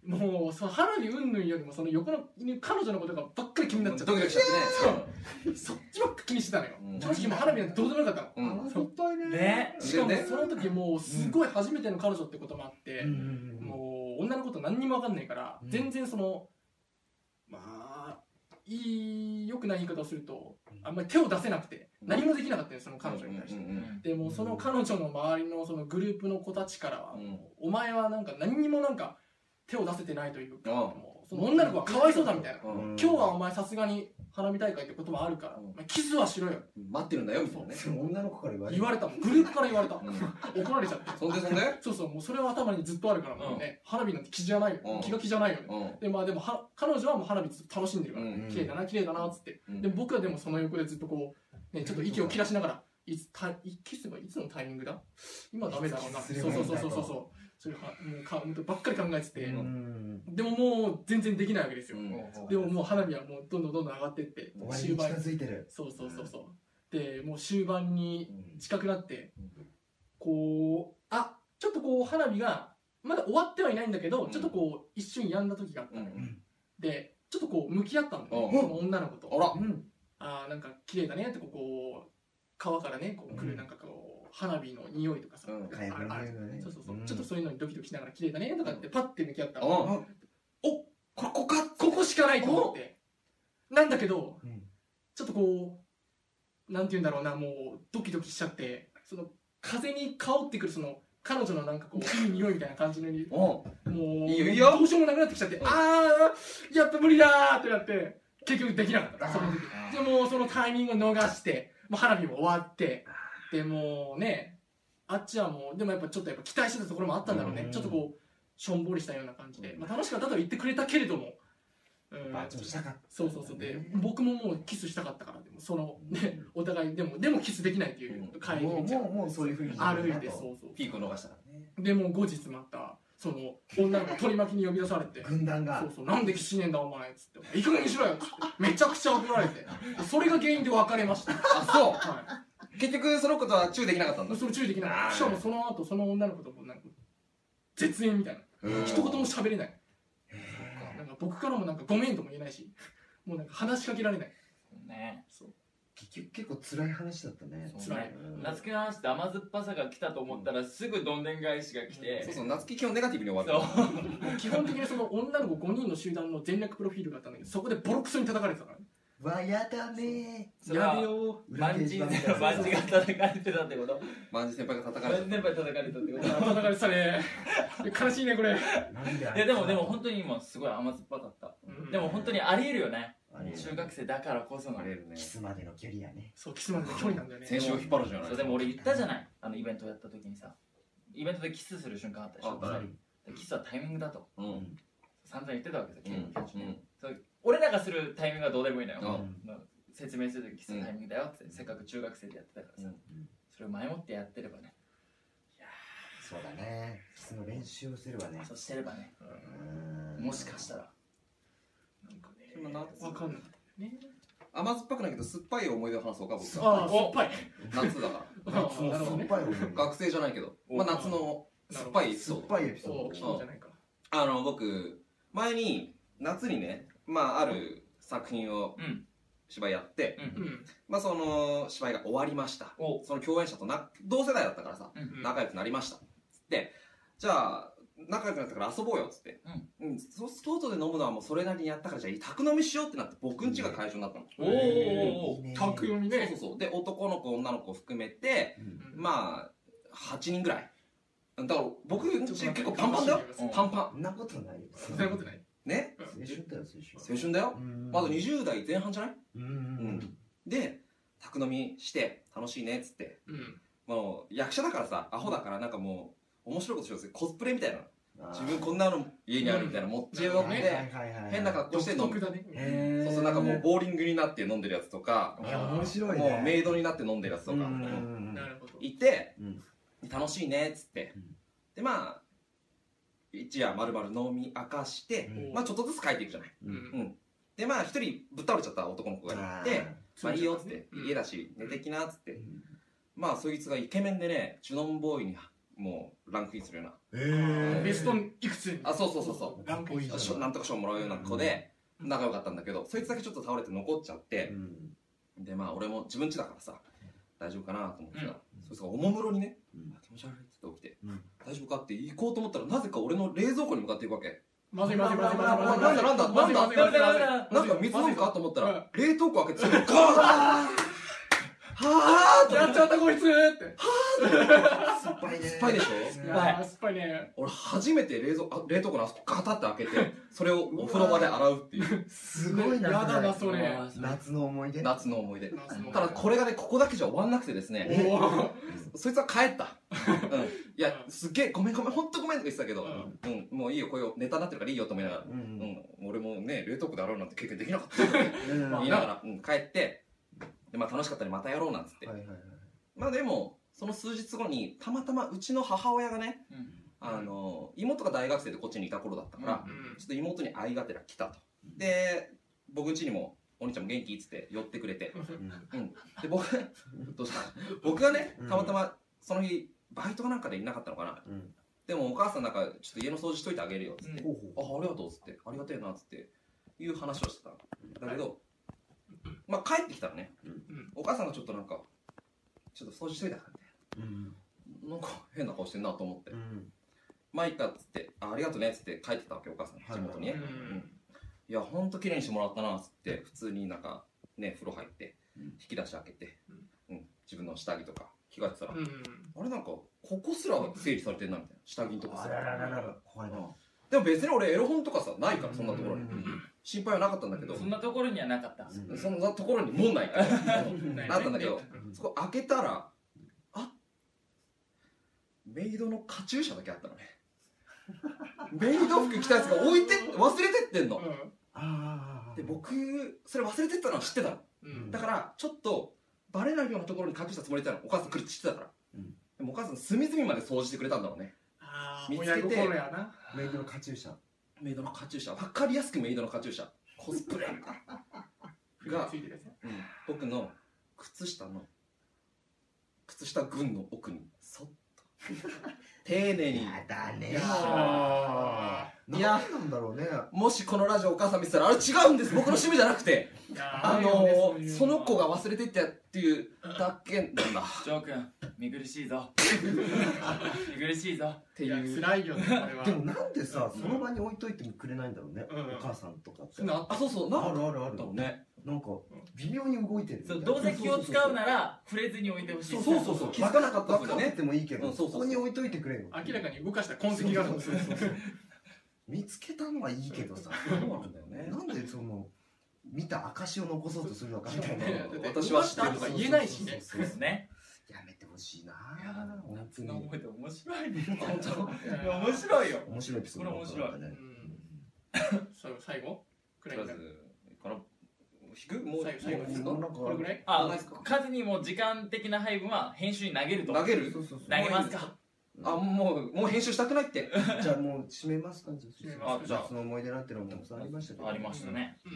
Speaker 1: もうその花火云々よりもその横の彼女のことがばっかり気になっちゃって
Speaker 3: ドキドキしちゃってね。
Speaker 1: そっちばっか気にしてたのよ、
Speaker 3: うん
Speaker 1: 正直もう花火なんてどうでもよかったの、
Speaker 3: うん。
Speaker 4: あいっぱいね
Speaker 2: ね
Speaker 1: しかも
Speaker 3: でね
Speaker 1: その時もうすごい初めての彼女ってこともあって、
Speaker 4: うんうんうん
Speaker 1: もう女のこと何にも分かんないから、
Speaker 4: うん
Speaker 1: 全然そのまあいい良くない言い方をするとあんまり手を出せなくて
Speaker 3: うん
Speaker 1: 何もできなかったよその彼女に対して、
Speaker 3: うんう
Speaker 2: うんん
Speaker 1: でもうその彼女の周りのそのグループの子たちからは、
Speaker 3: うん
Speaker 1: もうお前はなんか何にもなんか手を出せてないというか、
Speaker 3: うん
Speaker 1: もうその女の子はかわいそうだみたいな
Speaker 3: う
Speaker 4: うんん
Speaker 1: 今日はお前さすがに花火大会って言葉あるから、
Speaker 3: うん
Speaker 1: お前キスはしろよ
Speaker 3: 待ってるんだよみたいなね
Speaker 4: その女の子から言われ
Speaker 1: 言われたもんグループから言われた怒られちゃ って
Speaker 3: そんでそんで
Speaker 1: そうそうもうそれは頭にずっとあるからもうね、花火なんて気じゃないよ、
Speaker 3: うん
Speaker 1: 気が気じゃないよね、
Speaker 3: うん
Speaker 1: でまあでもは彼女はもう花火ずっと楽しんでるから、
Speaker 3: うん
Speaker 1: 綺麗だな綺麗だなっつって、
Speaker 3: うん
Speaker 1: でも僕はでもその横でずっとこう、ね、ちょっと息を切らしながらいつたいキスはいつのタイミングだ今ダメだろうない
Speaker 4: つ
Speaker 1: そ
Speaker 4: キ
Speaker 1: う
Speaker 4: ス
Speaker 1: そ
Speaker 4: すれば
Speaker 1: う
Speaker 4: いいんだ
Speaker 1: そうそうそうそれはもうかもうばっかり考えてて、
Speaker 3: う
Speaker 4: うん
Speaker 1: でももう全然できないわけですよ、
Speaker 3: うん
Speaker 1: でももう花火はもうどんどんどんどん上がってって
Speaker 4: 終わりに近づいてる
Speaker 1: そうそうそうそうでもう終盤に
Speaker 4: うん
Speaker 1: 近くなって
Speaker 3: うん
Speaker 1: こうあちょっとこう花火がまだ終わってはいないんだけど、
Speaker 3: うん
Speaker 1: ちょっとこう一瞬やんだ時があった
Speaker 3: う
Speaker 1: のよ、
Speaker 3: ん
Speaker 1: でちょっとこう向き合ったんだね
Speaker 3: うん
Speaker 1: その女の子と
Speaker 3: あら
Speaker 4: うん
Speaker 1: あーなんか綺麗だねってこうこう川からねこう来
Speaker 4: う
Speaker 1: る
Speaker 4: ん
Speaker 1: なんかこう花火の匂いとかさ、
Speaker 3: うん
Speaker 4: 火薬の匂いがね
Speaker 1: そうそうそう、
Speaker 4: うん
Speaker 1: ちょっとそういうのにドキドキしながら綺麗だねとかってパッて向き合ったの
Speaker 3: うんおここか
Speaker 1: ここしかないと思ってなんだけど
Speaker 4: うん
Speaker 1: ちょっとこう、なんて言うんだろうな、もうドキドキしちゃって、その風に香ってくるその彼女のなんかこう、いい匂いみたいな感じのに、
Speaker 3: うん
Speaker 1: もう、
Speaker 3: いいよいいよ
Speaker 1: どうしようもなくなってきちゃって、
Speaker 3: うん
Speaker 1: あー、やっぱ無理だーってなって、結局できなかった。その時でもうそのタイミングを逃して、もう花火も終わって、でもうね、あっちはもう、でもやっぱちょっとやっぱ期待してたところもあったんだろうね。
Speaker 4: うん
Speaker 1: ちょっとこう、しょんぼりしたような感じで、まあ、楽しかったとは言ってくれたけれども、うん
Speaker 4: バーチョンしたかった
Speaker 1: そうそうそうで
Speaker 4: ね
Speaker 1: 僕ももうキスしたかったからでもそのねお互いでもでもキスできないっていう
Speaker 3: うん
Speaker 1: 会議
Speaker 4: もう
Speaker 1: じゃ
Speaker 4: もうもうそういうふうに
Speaker 1: ある意味で
Speaker 4: う
Speaker 1: そうそう
Speaker 3: ピークを逃したからね
Speaker 1: でもう後日またその女の子取り巻きに呼び出されて「
Speaker 4: 軍団
Speaker 1: そ
Speaker 4: が
Speaker 1: うそうなんでキスしねえんだお前」っつって「いい加減にしろよ」っつってめちゃくちゃ怒られてそれが原因で別れました
Speaker 3: あそ
Speaker 1: は
Speaker 3: う結局そのことはチューできなかったん
Speaker 1: い
Speaker 3: だ
Speaker 1: それ注意できなかったしかもその後その女の子ともなんか絶縁みたいな一言も喋れないなんか僕からもなんか「ごめん」とも言えないしもうなんか話しかけられない
Speaker 2: ね
Speaker 4: 結局結構辛い話だったね
Speaker 2: そうね
Speaker 4: うん
Speaker 2: 夏希の話って甘酸っぱさが来たと思ったらすぐどんでん返しが来て
Speaker 3: そうそう夏希基本ネガティブに終わる
Speaker 2: そう
Speaker 1: 基本的にその女の子5人の集団の全略プロフィールがあったんだけどそこでボロクソに叩かれてたからね
Speaker 4: わやだね
Speaker 2: それは
Speaker 1: よ
Speaker 4: 裏
Speaker 2: バ
Speaker 4: ペ
Speaker 2: ン
Speaker 4: ー
Speaker 2: ジー
Speaker 4: ジ版みたいな
Speaker 2: バンジーが叩かれてたってこと
Speaker 3: 万事先輩が叩かれ
Speaker 2: バンジー先
Speaker 3: て
Speaker 2: 輩叩かれたって こと
Speaker 1: 叩かれてた ね悲しいねこれ、
Speaker 4: なんであいつ
Speaker 2: いやでもでも本当に今すごい甘酸っぱかったでも本当にありえるよね
Speaker 4: あれ
Speaker 2: 中学生だからこその
Speaker 3: あれるね
Speaker 4: キスまでの距離やね
Speaker 1: そうキスまでの距離なんだよね
Speaker 3: 先週を引っ張るじゃない
Speaker 2: そうでも俺言ったじゃないあのイベントやった時にさイベントでキスする瞬間あったでし
Speaker 3: あ
Speaker 2: ょ
Speaker 3: ったね
Speaker 2: でキスはタイミングだと
Speaker 3: うんうん
Speaker 2: 散々言ってたわけさ、
Speaker 3: う
Speaker 2: ケン
Speaker 3: ん
Speaker 2: ケンそう俺らがするタイミングはどうでもいいのよ、
Speaker 3: うん
Speaker 2: 説明するときキスのタイミングだよって、せっかく中学生でやってたからさ、
Speaker 3: うん
Speaker 2: それを前もってやってればね
Speaker 4: そうだねキスの練習をすればね
Speaker 2: そうしてればね
Speaker 4: うん
Speaker 2: もしかしたら
Speaker 1: なんかね
Speaker 3: そんな夏
Speaker 1: わかんなかったね
Speaker 3: 甘酸っぱくないけど酸っぱい思い出を話そうか僕
Speaker 1: あ
Speaker 3: は
Speaker 1: あ酸っぱい
Speaker 3: 夏だか
Speaker 1: あ
Speaker 4: 夏
Speaker 1: ー
Speaker 4: の
Speaker 1: なるほど
Speaker 4: 酸っ
Speaker 1: ね
Speaker 4: ぱい思い出
Speaker 3: ら学生じゃないけどまあ夏の酸っぱいエピソ
Speaker 4: 酸っ
Speaker 3: ード
Speaker 4: ぱいエピソ
Speaker 1: そう
Speaker 4: ー
Speaker 1: 聞
Speaker 4: ド
Speaker 1: くんじゃないか
Speaker 3: あの僕前に夏にねまあある作品を
Speaker 2: うん
Speaker 3: 芝居やって
Speaker 2: うん、
Speaker 1: うん
Speaker 3: まあその芝居が終わりました
Speaker 2: お
Speaker 3: その共演者とな同世代だったからさ
Speaker 2: うん
Speaker 3: 仲良くなりましたつってじゃあ仲良くなったから遊ぼうよっつって、うんそ外で飲むのはもうそれなりにやったからじゃあ宅飲みしようってなって僕ん家が会場になったの、
Speaker 2: おーおーおー
Speaker 4: いいね
Speaker 1: 宅読みね
Speaker 3: そうそうそうで男の子女の子含めて
Speaker 4: うん
Speaker 1: うん
Speaker 3: まあ8人ぐらいだから僕ん家結構パンパンだよ
Speaker 1: うん
Speaker 3: パンパ
Speaker 4: そんなことないよ
Speaker 1: そんなことない
Speaker 3: ンね
Speaker 4: 青春だよ青春
Speaker 3: 青春だよ
Speaker 4: うん
Speaker 3: まだ20代前半じゃない
Speaker 4: うん
Speaker 3: で宅飲みして楽しいねっつって
Speaker 1: うん
Speaker 3: もう役者だからさアホだからなんかもう面白いことしようぜコスプレみたいな
Speaker 4: あー
Speaker 3: 自分こんなの家にあるみたいな持っち寄っ
Speaker 1: んな
Speaker 4: はいは
Speaker 3: て
Speaker 4: いはいはい
Speaker 3: 変な格好して
Speaker 1: 独
Speaker 3: 飲む
Speaker 1: 特だね
Speaker 4: へー
Speaker 3: そうそうなんかもうボーリングになって飲んでるやつとか、
Speaker 4: いや面白いね
Speaker 3: もうメイドになって飲んでるやつと
Speaker 4: うん
Speaker 3: か、
Speaker 4: うん
Speaker 1: なるほど
Speaker 3: いて
Speaker 4: うん
Speaker 3: 楽しいねっつって、
Speaker 4: うん
Speaker 3: でまあ一夜丸々飲み明かして、
Speaker 4: うん
Speaker 3: まあちょっとずつ帰っていくじゃない
Speaker 1: うん
Speaker 3: でまあ一人ぶっ倒れちゃった男の子がいて「まあいいよ」っつって、
Speaker 1: うん
Speaker 3: 家だし寝てきな」っつって、
Speaker 4: うん
Speaker 3: まあそいつがイケメンでねジュノンボーイにもうランクインするような
Speaker 4: え
Speaker 1: ベストいくつに
Speaker 3: あそうそうそうそ
Speaker 1: ランクインし
Speaker 4: う
Speaker 1: た
Speaker 3: うしょなんとか賞もらうような子で仲良かったんだけどそいつだけちょっと倒れて残っちゃって、でまあ俺も自分家だからさ大丈夫かなと思ってたら、そいつがおもむろにね、
Speaker 4: うん
Speaker 3: あ気持ち悪いっつって起きて、
Speaker 4: うん
Speaker 3: 大丈夫かって行こうと思ったらなぜか俺の冷蔵庫に向かっていくわけ
Speaker 1: まずいまずいまずいまずい
Speaker 3: なんだなんだ
Speaker 1: まずいまずいまずいまずい
Speaker 3: なんか水飲むかと思った
Speaker 1: うん
Speaker 3: ら冷凍庫開けてそれガーッは ぁーって
Speaker 1: やっちゃったこいつって。
Speaker 4: 酸っぱいね。
Speaker 3: 酸っぱいでし
Speaker 1: い
Speaker 3: ょ
Speaker 1: やー、酸っぱいね。
Speaker 3: 俺初めて冷蔵あ冷凍庫のあそこガタって開けてそれをお風呂場で洗うっていう
Speaker 4: すごいな。
Speaker 1: やだな、
Speaker 4: れ
Speaker 1: それ。
Speaker 4: 夏の思い出。
Speaker 3: 夏の思い出
Speaker 1: 夏の
Speaker 3: ただこれがねここだけじゃ終わんなくてですね
Speaker 1: おー
Speaker 3: そいつは帰った、うん、いやすっげえごめんごめんほんとごめんとか言ってたけど、
Speaker 1: う
Speaker 3: うんもういいよこういうネタになってるからいいよと思いながら、
Speaker 4: う
Speaker 3: うんん、俺もね冷凍庫で洗うなんて経験できなかったって
Speaker 4: うん。う
Speaker 3: 言
Speaker 4: ん。はいい
Speaker 3: ながら、うん、帰ってで、まあ、楽しかったねまたやろうなんつって、
Speaker 4: はいはい。
Speaker 3: まあでもその数日後にたまたまうちの母親がねあの妹が大学生でこっちにいた頃だったから、
Speaker 1: うん
Speaker 3: ちょっと妹に愛がてら来たと。で、僕ん家にも、お兄ちゃんも元気っつって寄ってくれて。
Speaker 4: うん
Speaker 3: で、僕、どうした僕がね
Speaker 4: うん、
Speaker 3: たまたま、その日、バイトかなんかでいなかったのかな。
Speaker 4: うん。
Speaker 3: でも、お母さんなんか、ちょっと家の掃除しといてあげるよっつって。
Speaker 4: ほう
Speaker 3: あ、
Speaker 4: ほ
Speaker 3: ありがとうっつって。ありがてえなっつって。いう話をしてたの。だけど、まあ、帰ってきたらね
Speaker 4: うん
Speaker 1: ん、
Speaker 3: お母さんがちょっとなんか、ちょっと掃除しといてあげる
Speaker 4: う。うん。
Speaker 3: なんか変な顔してんなと思って
Speaker 4: う。ん。
Speaker 3: まあ、いいかっつって、あありがとうねっつって帰ってたわけ、お母さん、地元にね。
Speaker 1: う
Speaker 3: うん
Speaker 1: ん
Speaker 3: いや、ほんと綺麗にしてもらったな、つって、普通になんか、ね、風呂入って、
Speaker 4: うん
Speaker 3: 引き出し開けて、うん、自分の下着とか着替えてたら、
Speaker 1: うん
Speaker 3: あれなんか、ここすら整理されてんな、みたいな。下着のとこ
Speaker 4: あ
Speaker 3: す
Speaker 4: ら
Speaker 3: ら。
Speaker 4: らららら、怖いな。
Speaker 3: でも別に俺エロ本とかさ、ないから、そんなところ
Speaker 4: う
Speaker 3: に
Speaker 4: ん。
Speaker 3: 心配はなかったんだけど、
Speaker 2: そんなところにはなかった
Speaker 4: うん
Speaker 3: そんなところにもんないから、
Speaker 1: ないね
Speaker 3: なったんだけど
Speaker 1: う
Speaker 3: そこ開けたら、あメイドのカチューシャだけあったのね。メイド服着たやつが置いて、忘れてってんの。
Speaker 4: ああ。
Speaker 3: で、僕、それ忘れてったのは知ってたの。
Speaker 1: うんうん
Speaker 3: だから、ちょっと、バレないようなところに隠したつもりだったの。お母さん来るって知ってたから。
Speaker 4: うん
Speaker 3: でもお母さん隅々まで掃除してくれたんだろうね。
Speaker 1: あー
Speaker 3: 見つけ
Speaker 1: 親
Speaker 3: て
Speaker 1: 心やな
Speaker 4: メイドのカチューシャ。
Speaker 3: メイドのカチューシャ。わかりやすくメイドのカチューシャ。コスプレ。が
Speaker 1: ついてるやつね
Speaker 3: うん僕の靴下の、靴下群の奥に、そっと。丁寧に。
Speaker 4: だ
Speaker 1: い
Speaker 4: ね
Speaker 1: やー
Speaker 4: いや、なんなんだろうね。
Speaker 3: もしこのラジオお母さん見てたら、あれ違うんです僕の趣味じゃなくて
Speaker 1: いやー
Speaker 3: あの
Speaker 1: いいよね
Speaker 3: ー、
Speaker 1: そ
Speaker 3: そう
Speaker 1: いう
Speaker 3: の子が忘れていったっていうだけなんだ。っ
Speaker 2: ジョー君見苦しい ぞ見苦しいぞ
Speaker 3: て
Speaker 1: いや
Speaker 3: いう。
Speaker 1: 辛いよねこれは
Speaker 4: でもなんでさ、
Speaker 1: うん
Speaker 4: その場に置いといてもくれないんだろうね。
Speaker 1: うん
Speaker 4: お母さんとかって。
Speaker 1: そういうのあっ
Speaker 3: あ、そうそう。なんか
Speaker 4: あるあるあ
Speaker 3: あっ
Speaker 4: る
Speaker 3: た。もんね。
Speaker 4: なんか、微妙に動いてるみた
Speaker 2: そ
Speaker 4: いうな。
Speaker 2: どうせ気を使うなら触れずに置いてほしい
Speaker 3: そうそうそう気づかなかった
Speaker 4: 分
Speaker 3: 分
Speaker 4: か
Speaker 3: ね
Speaker 4: っててもいいけど、
Speaker 3: うん
Speaker 4: そ
Speaker 3: そうそうそう
Speaker 4: こに置いといてくれよ。
Speaker 1: 明らかに動かした痕跡があるもん
Speaker 4: そうそうそうそう見つけたのはいいけどさ、
Speaker 3: そうなんだよね
Speaker 4: なんでその、見た証を残そうとするのかみたいな。
Speaker 1: ねだって
Speaker 3: 私は知ってる
Speaker 1: 動かしたとか言えないしね
Speaker 4: そうそうそうそう
Speaker 2: ね
Speaker 4: やめてほしいな
Speaker 2: や
Speaker 4: ぁ。本当
Speaker 2: その
Speaker 4: に
Speaker 2: 思いで面白いね
Speaker 3: 本当
Speaker 1: いや
Speaker 2: いや面白いよ
Speaker 4: 面白いエピソードだった
Speaker 2: こ
Speaker 4: ね。
Speaker 1: うんそう最後くらい
Speaker 3: と
Speaker 1: か
Speaker 3: り
Speaker 1: な
Speaker 3: あえずこの引くもう
Speaker 1: 最後最後
Speaker 3: もう
Speaker 4: もうなん
Speaker 1: これぐら
Speaker 4: か、
Speaker 1: い
Speaker 3: どう
Speaker 2: あ
Speaker 3: ですか
Speaker 2: 数にも時間的な配分は編集に投げると
Speaker 3: 投げる
Speaker 4: そうそうそう
Speaker 2: 投げますか
Speaker 3: あもうもう編集したくないって
Speaker 4: じゃあもう締めますか
Speaker 1: 締めます
Speaker 2: あじゃあ
Speaker 4: 夏の思い出なんてのもたくさんありましたけど。
Speaker 2: ありましたね
Speaker 1: う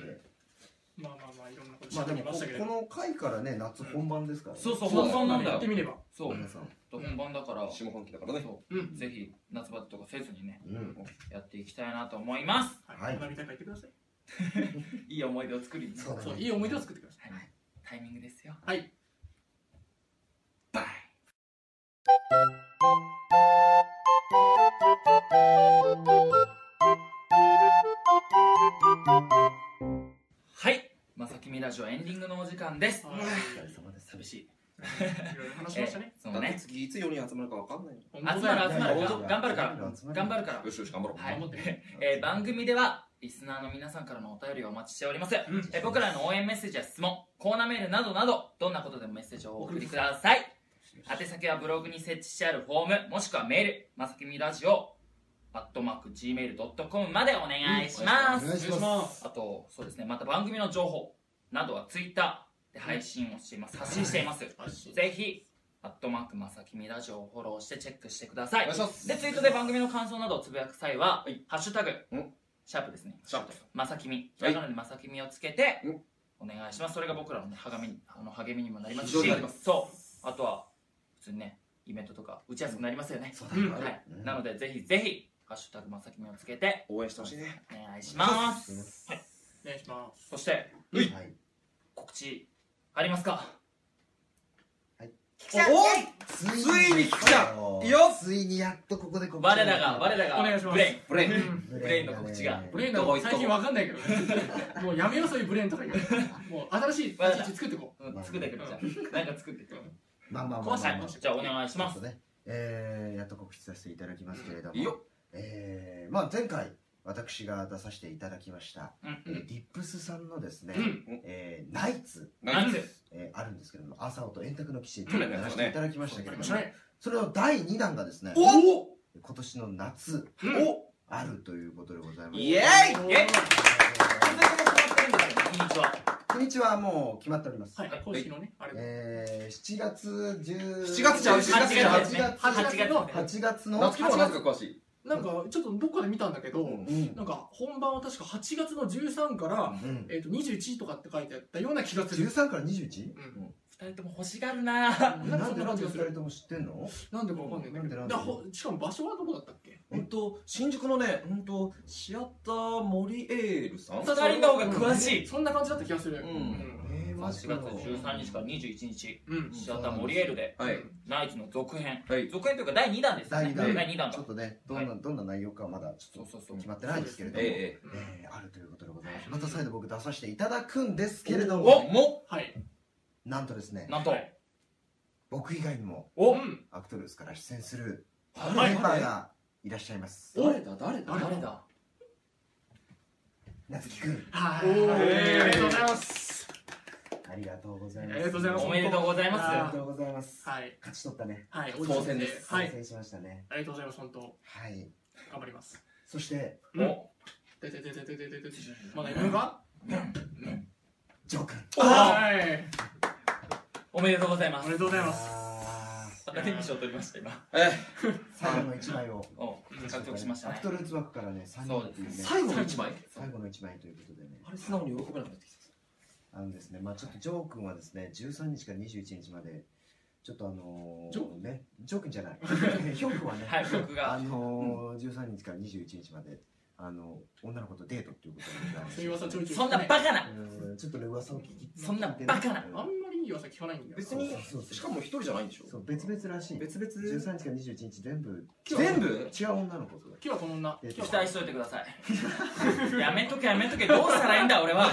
Speaker 1: んまあまあまあいろんなこと
Speaker 4: まあで
Speaker 1: 喋
Speaker 4: も
Speaker 1: りま
Speaker 4: こ
Speaker 1: したけれ
Speaker 4: こ
Speaker 1: ど
Speaker 4: の回からね夏本番ですから、ね
Speaker 2: そうそう
Speaker 3: そう
Speaker 2: 本番なんだ
Speaker 1: 言っ
Speaker 2: よ
Speaker 1: てみれば
Speaker 2: そう
Speaker 4: 皆さん、
Speaker 2: 本番だから
Speaker 3: 下半期だからね
Speaker 1: うん
Speaker 2: ぜひ夏バテとかせずにね
Speaker 4: うん、
Speaker 2: やっていきたいなと思います
Speaker 1: はい
Speaker 4: はい
Speaker 1: 花火大会行ってください
Speaker 2: いい思い出を作りに
Speaker 4: そうだね
Speaker 1: そういい思い出を作ってください
Speaker 2: はいタイミングですよ
Speaker 1: はい
Speaker 2: バイはいまさきみラジオエンディングのお時間です
Speaker 1: はい
Speaker 4: お疲れ様です
Speaker 2: 寂しい
Speaker 1: いろいろ話しましたね。
Speaker 2: その
Speaker 3: だって
Speaker 2: ね
Speaker 3: 次いつ4人集まるかわかんないよ
Speaker 1: 集
Speaker 2: 集まる集まる
Speaker 4: いやいや
Speaker 2: 頑頑張るから頑張
Speaker 4: る
Speaker 2: るから
Speaker 3: よしよし頑張ろう、
Speaker 2: はい
Speaker 1: 頑張ってね
Speaker 2: えー番組ではリスナーの皆さんからのお便りをお待ちしております、
Speaker 1: ん
Speaker 2: えー僕らへの応援メッセージや質問コーナーメールなどなどどんなことでもメッセージをお送りください宛先はブログに設置してあるフォームもしくはメールまさきみラジオアットマーク Gmail.com までお願いします,、
Speaker 4: お願いします
Speaker 2: あとそうですねまた番組の情報などはツイッターで配信をしています発信していますぜひアットマークまさきみラジオをフォローしてチェックしてください
Speaker 3: お願いします
Speaker 2: でツイートで番組の感想などをつぶやく際は、ハッシュタグ
Speaker 3: ん
Speaker 2: シャープですね
Speaker 3: シャープ
Speaker 2: まさきみ
Speaker 3: はい
Speaker 2: なのでまさきみをつけて
Speaker 3: うん
Speaker 2: お願いしますそれが僕らの,、ね、励みにあの励みにもなります
Speaker 3: 非常
Speaker 2: し
Speaker 3: になります
Speaker 2: そうあとは普通にねイベントとか打ちやすくなりますよね、
Speaker 4: そう
Speaker 1: うん
Speaker 4: だ、
Speaker 2: はい、
Speaker 4: うん
Speaker 2: なのでぜひぜひ「ハッシュタグまさきみ」をつけて
Speaker 3: 応援してほしいね
Speaker 2: お願いします
Speaker 1: お願いします。
Speaker 2: そして
Speaker 4: はい
Speaker 2: 告知ありますか
Speaker 4: はい
Speaker 3: お
Speaker 4: つ
Speaker 3: ついに来た
Speaker 4: よ
Speaker 3: いいよ
Speaker 4: ついにやっとここで告知
Speaker 2: 我らが我ら
Speaker 1: お願いし
Speaker 2: が
Speaker 1: ま
Speaker 2: ブ
Speaker 1: す
Speaker 2: レイン
Speaker 3: ブレイ
Speaker 1: う
Speaker 3: ン
Speaker 1: ん
Speaker 2: ブレインの告知が
Speaker 1: ブレーンなん
Speaker 3: いい
Speaker 1: か
Speaker 3: とこ
Speaker 1: 最近わかんないけどねもうやめようそういうブレーンとか言うもう新しい立ち位置作ってこ
Speaker 2: うん作ってくるじゃんなんか作ってくる
Speaker 4: まあまあまあ
Speaker 1: 壊した
Speaker 4: まあ
Speaker 1: い
Speaker 4: まあ
Speaker 2: じゃあお願いしま
Speaker 4: ちょ
Speaker 2: す
Speaker 4: っとねえーやっと告知させていただきますけれども
Speaker 3: いいよ
Speaker 4: えーまあ前回私が出させていただきました、
Speaker 2: うん
Speaker 4: えーディップスさんのですね、
Speaker 1: うん
Speaker 4: えーナイツ、
Speaker 3: ナイ
Speaker 2: ナイ
Speaker 3: ツ
Speaker 4: えーあるんですけども朝尾と円卓の騎士
Speaker 3: 去年のやつ
Speaker 4: 出
Speaker 3: だね
Speaker 4: させていただきました
Speaker 1: う
Speaker 4: け
Speaker 1: や
Speaker 4: れ
Speaker 1: り
Speaker 4: ど
Speaker 1: ま
Speaker 4: も、
Speaker 1: したね
Speaker 4: それの第2弾がですね今
Speaker 3: おお
Speaker 4: 年の夏
Speaker 3: お
Speaker 4: あるということでございます
Speaker 2: イエーイイエーイこんにちは
Speaker 4: 日にちはもう決まっております、
Speaker 1: はい公式のねあれ
Speaker 4: えー7月10
Speaker 3: 7月じゃん
Speaker 4: 8
Speaker 3: 7月じゃん
Speaker 2: 8月
Speaker 1: 8月の
Speaker 2: 8月
Speaker 4: 月の
Speaker 3: 夏希もなんか詳しい
Speaker 1: なんかちょっとどっかで見たんだけど、
Speaker 3: うん
Speaker 4: うん
Speaker 1: なんか本番は確か8月の13から、
Speaker 4: うん
Speaker 1: えー、と21とかって書いてあったような気がする、
Speaker 4: 13から 21?
Speaker 2: 二人とも欲しがるな
Speaker 1: なんか
Speaker 4: な
Speaker 1: そん
Speaker 4: んで
Speaker 1: な
Speaker 4: な
Speaker 1: 感
Speaker 4: ん
Speaker 1: じが
Speaker 4: で2
Speaker 1: す
Speaker 4: 人
Speaker 1: る
Speaker 4: とも知ってんの
Speaker 1: なんでかわかんないんだけど
Speaker 4: なんで
Speaker 1: だ
Speaker 4: な
Speaker 1: か
Speaker 4: んで
Speaker 1: らほしかも場所はどこだったっけ
Speaker 3: うんと新宿のねうんとシアター森エールさん
Speaker 2: 二人の方が詳しい
Speaker 1: そんな感じだった気がする
Speaker 3: うん
Speaker 4: えー、
Speaker 2: 4
Speaker 4: マ
Speaker 2: 月
Speaker 4: ジか
Speaker 2: 13日から21日
Speaker 1: うん、うん
Speaker 2: シアターモリエールで
Speaker 3: はい
Speaker 2: ナイツの続編
Speaker 3: はい
Speaker 2: 続編というか第2弾ですね
Speaker 4: 第二弾
Speaker 2: 第二弾
Speaker 4: ちょ
Speaker 2: だ
Speaker 4: っとねどんな、どんな内容かはまだちょっ
Speaker 2: そうそうそ
Speaker 4: と
Speaker 2: う
Speaker 4: 決まってないですけれども、
Speaker 3: え
Speaker 1: うん
Speaker 4: えーあるということでございますまた再度僕出させていただくんですけれど
Speaker 3: え
Speaker 4: も
Speaker 3: おも
Speaker 1: はい
Speaker 4: なんとですね
Speaker 2: なんと
Speaker 4: 僕以外にも
Speaker 1: お、うん、
Speaker 4: アクトルースから出演する
Speaker 3: は
Speaker 4: メンバーがいらっしゃいます
Speaker 3: 誰だ誰だ
Speaker 1: 誰
Speaker 2: 誰だ
Speaker 4: 夏樹くん
Speaker 1: は
Speaker 3: おー
Speaker 1: いありがとうございます
Speaker 4: ありがとうございます
Speaker 1: ありがとうございます
Speaker 2: おめでとうございます
Speaker 4: ありがとうございます
Speaker 1: はい
Speaker 4: 勝ち取ったね
Speaker 1: はい
Speaker 3: 当選です
Speaker 1: はい
Speaker 4: 当選しましたね
Speaker 1: ありがとうございます本当
Speaker 4: はい
Speaker 1: 頑張ります
Speaker 4: そして
Speaker 1: うん
Speaker 2: お
Speaker 1: ででででででででまだいるか
Speaker 4: ジョーくん
Speaker 2: お
Speaker 1: はい
Speaker 2: おめでとうございま
Speaker 1: お
Speaker 2: す
Speaker 1: めでとうございます
Speaker 4: あー
Speaker 2: アカデミー賞取りました今
Speaker 3: え
Speaker 4: 最後の一枚を
Speaker 2: お獲得しました
Speaker 4: ア
Speaker 2: ね
Speaker 4: クトルーツ枠からね3人っていうね
Speaker 3: え最後の一 枚
Speaker 4: 最後の一枚ということでね
Speaker 3: あれ素直に喜べなくなってきた
Speaker 4: あのですねまあちょっとジョー君はですね13日から21日までちょっとあのー、
Speaker 1: ジョ
Speaker 4: ーねジョー君じゃないヒョン君はね、
Speaker 2: はい僕
Speaker 4: あ
Speaker 2: が
Speaker 4: のー、13日から21日まであの女の子とデートっていうことでございます
Speaker 1: そういう噂ちょいちょい
Speaker 2: そんなバカな
Speaker 4: うんちょっとね噂を聞き
Speaker 2: そんなバカな
Speaker 1: あんまりいい噂聞かないんだよ
Speaker 3: 別に
Speaker 4: そうそうそう
Speaker 3: しかも一人じゃないんでしょ
Speaker 4: そう別々らしい
Speaker 3: 別々
Speaker 4: 13日から21日全部
Speaker 3: 全部
Speaker 4: 違う女の子と
Speaker 1: 今日はこの女今日は
Speaker 2: 期待しといてくださいやめとけやめとけどうしたらいいんだ俺は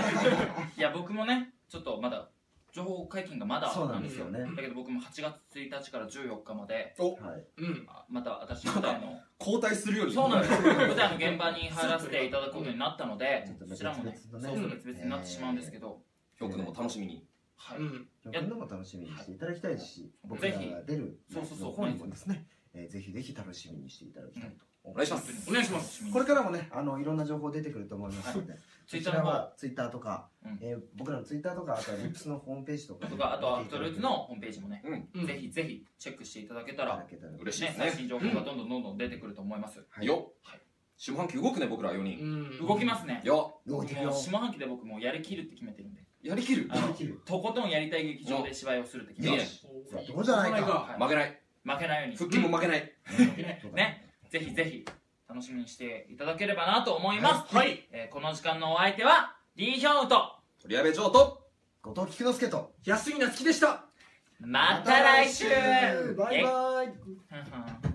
Speaker 2: いや僕もねちょっとまだ情報解禁がまだ
Speaker 4: そうなん
Speaker 2: で
Speaker 4: ですよね
Speaker 2: だけど僕も8月1日から14日まで
Speaker 4: はい
Speaker 1: うん
Speaker 2: あまた私の舞台の
Speaker 3: 交代するより
Speaker 2: そうなん ですよ舞台の現場に入らせていただくことになったので
Speaker 4: ちょっと
Speaker 2: そ
Speaker 4: 別
Speaker 2: ちらもねそう
Speaker 4: 々のね
Speaker 2: そう別々になってしまうんですけど
Speaker 3: よくのも楽しみに
Speaker 2: はい
Speaker 1: うん
Speaker 4: ジョー君のも楽しみにしていただきたいし僕ら
Speaker 2: ぜ
Speaker 4: が
Speaker 2: ひ
Speaker 4: 出る
Speaker 2: そうそうそう
Speaker 4: 方にもですねえーぜひぜひ楽しみにしていただきたいと
Speaker 3: お願いします
Speaker 1: お願いします
Speaker 4: これからもねあのいろんな情報出てくると思いますので、
Speaker 2: ツイ
Speaker 4: そ
Speaker 2: ッタ
Speaker 4: ちら
Speaker 2: ーの方
Speaker 4: はツイッターとか、
Speaker 2: うん
Speaker 4: えー僕らのツイッターとかあとはリップスのホームページとか
Speaker 2: とかあとはアクトルーツのホームページもね
Speaker 1: うん
Speaker 2: ぜひぜひチェックしていただけた
Speaker 4: からら
Speaker 3: 嬉しいで
Speaker 2: ね
Speaker 3: す
Speaker 2: 最
Speaker 3: ね
Speaker 2: 新情報がどんどんどんどん出てくると思います
Speaker 4: はい
Speaker 3: よ
Speaker 2: はい
Speaker 3: 下半期動くね僕ら4
Speaker 1: う
Speaker 3: 人
Speaker 1: ん
Speaker 2: 動きますね
Speaker 3: よ
Speaker 4: 動いてる
Speaker 2: もう
Speaker 4: よ
Speaker 2: 下半期で僕もうやりきるって決めてるんで
Speaker 3: やりきる
Speaker 2: あの
Speaker 4: できる
Speaker 2: とことんやりたい劇場で芝居をするって決めて
Speaker 3: よ
Speaker 2: る
Speaker 3: し
Speaker 4: さあどうじゃないか
Speaker 2: はい
Speaker 3: 負けない
Speaker 2: 負けないように
Speaker 3: 腹筋も負けない
Speaker 2: ねぜひぜひ楽しみにしていただければなと思います、
Speaker 1: はいはい
Speaker 2: えーこの時間のお相手はリー・ヒョンウと
Speaker 3: 取り上げ上と
Speaker 4: 後藤菊之助と
Speaker 1: 安井なつきでした
Speaker 2: また来週
Speaker 4: バイバイ
Speaker 2: えいふんふん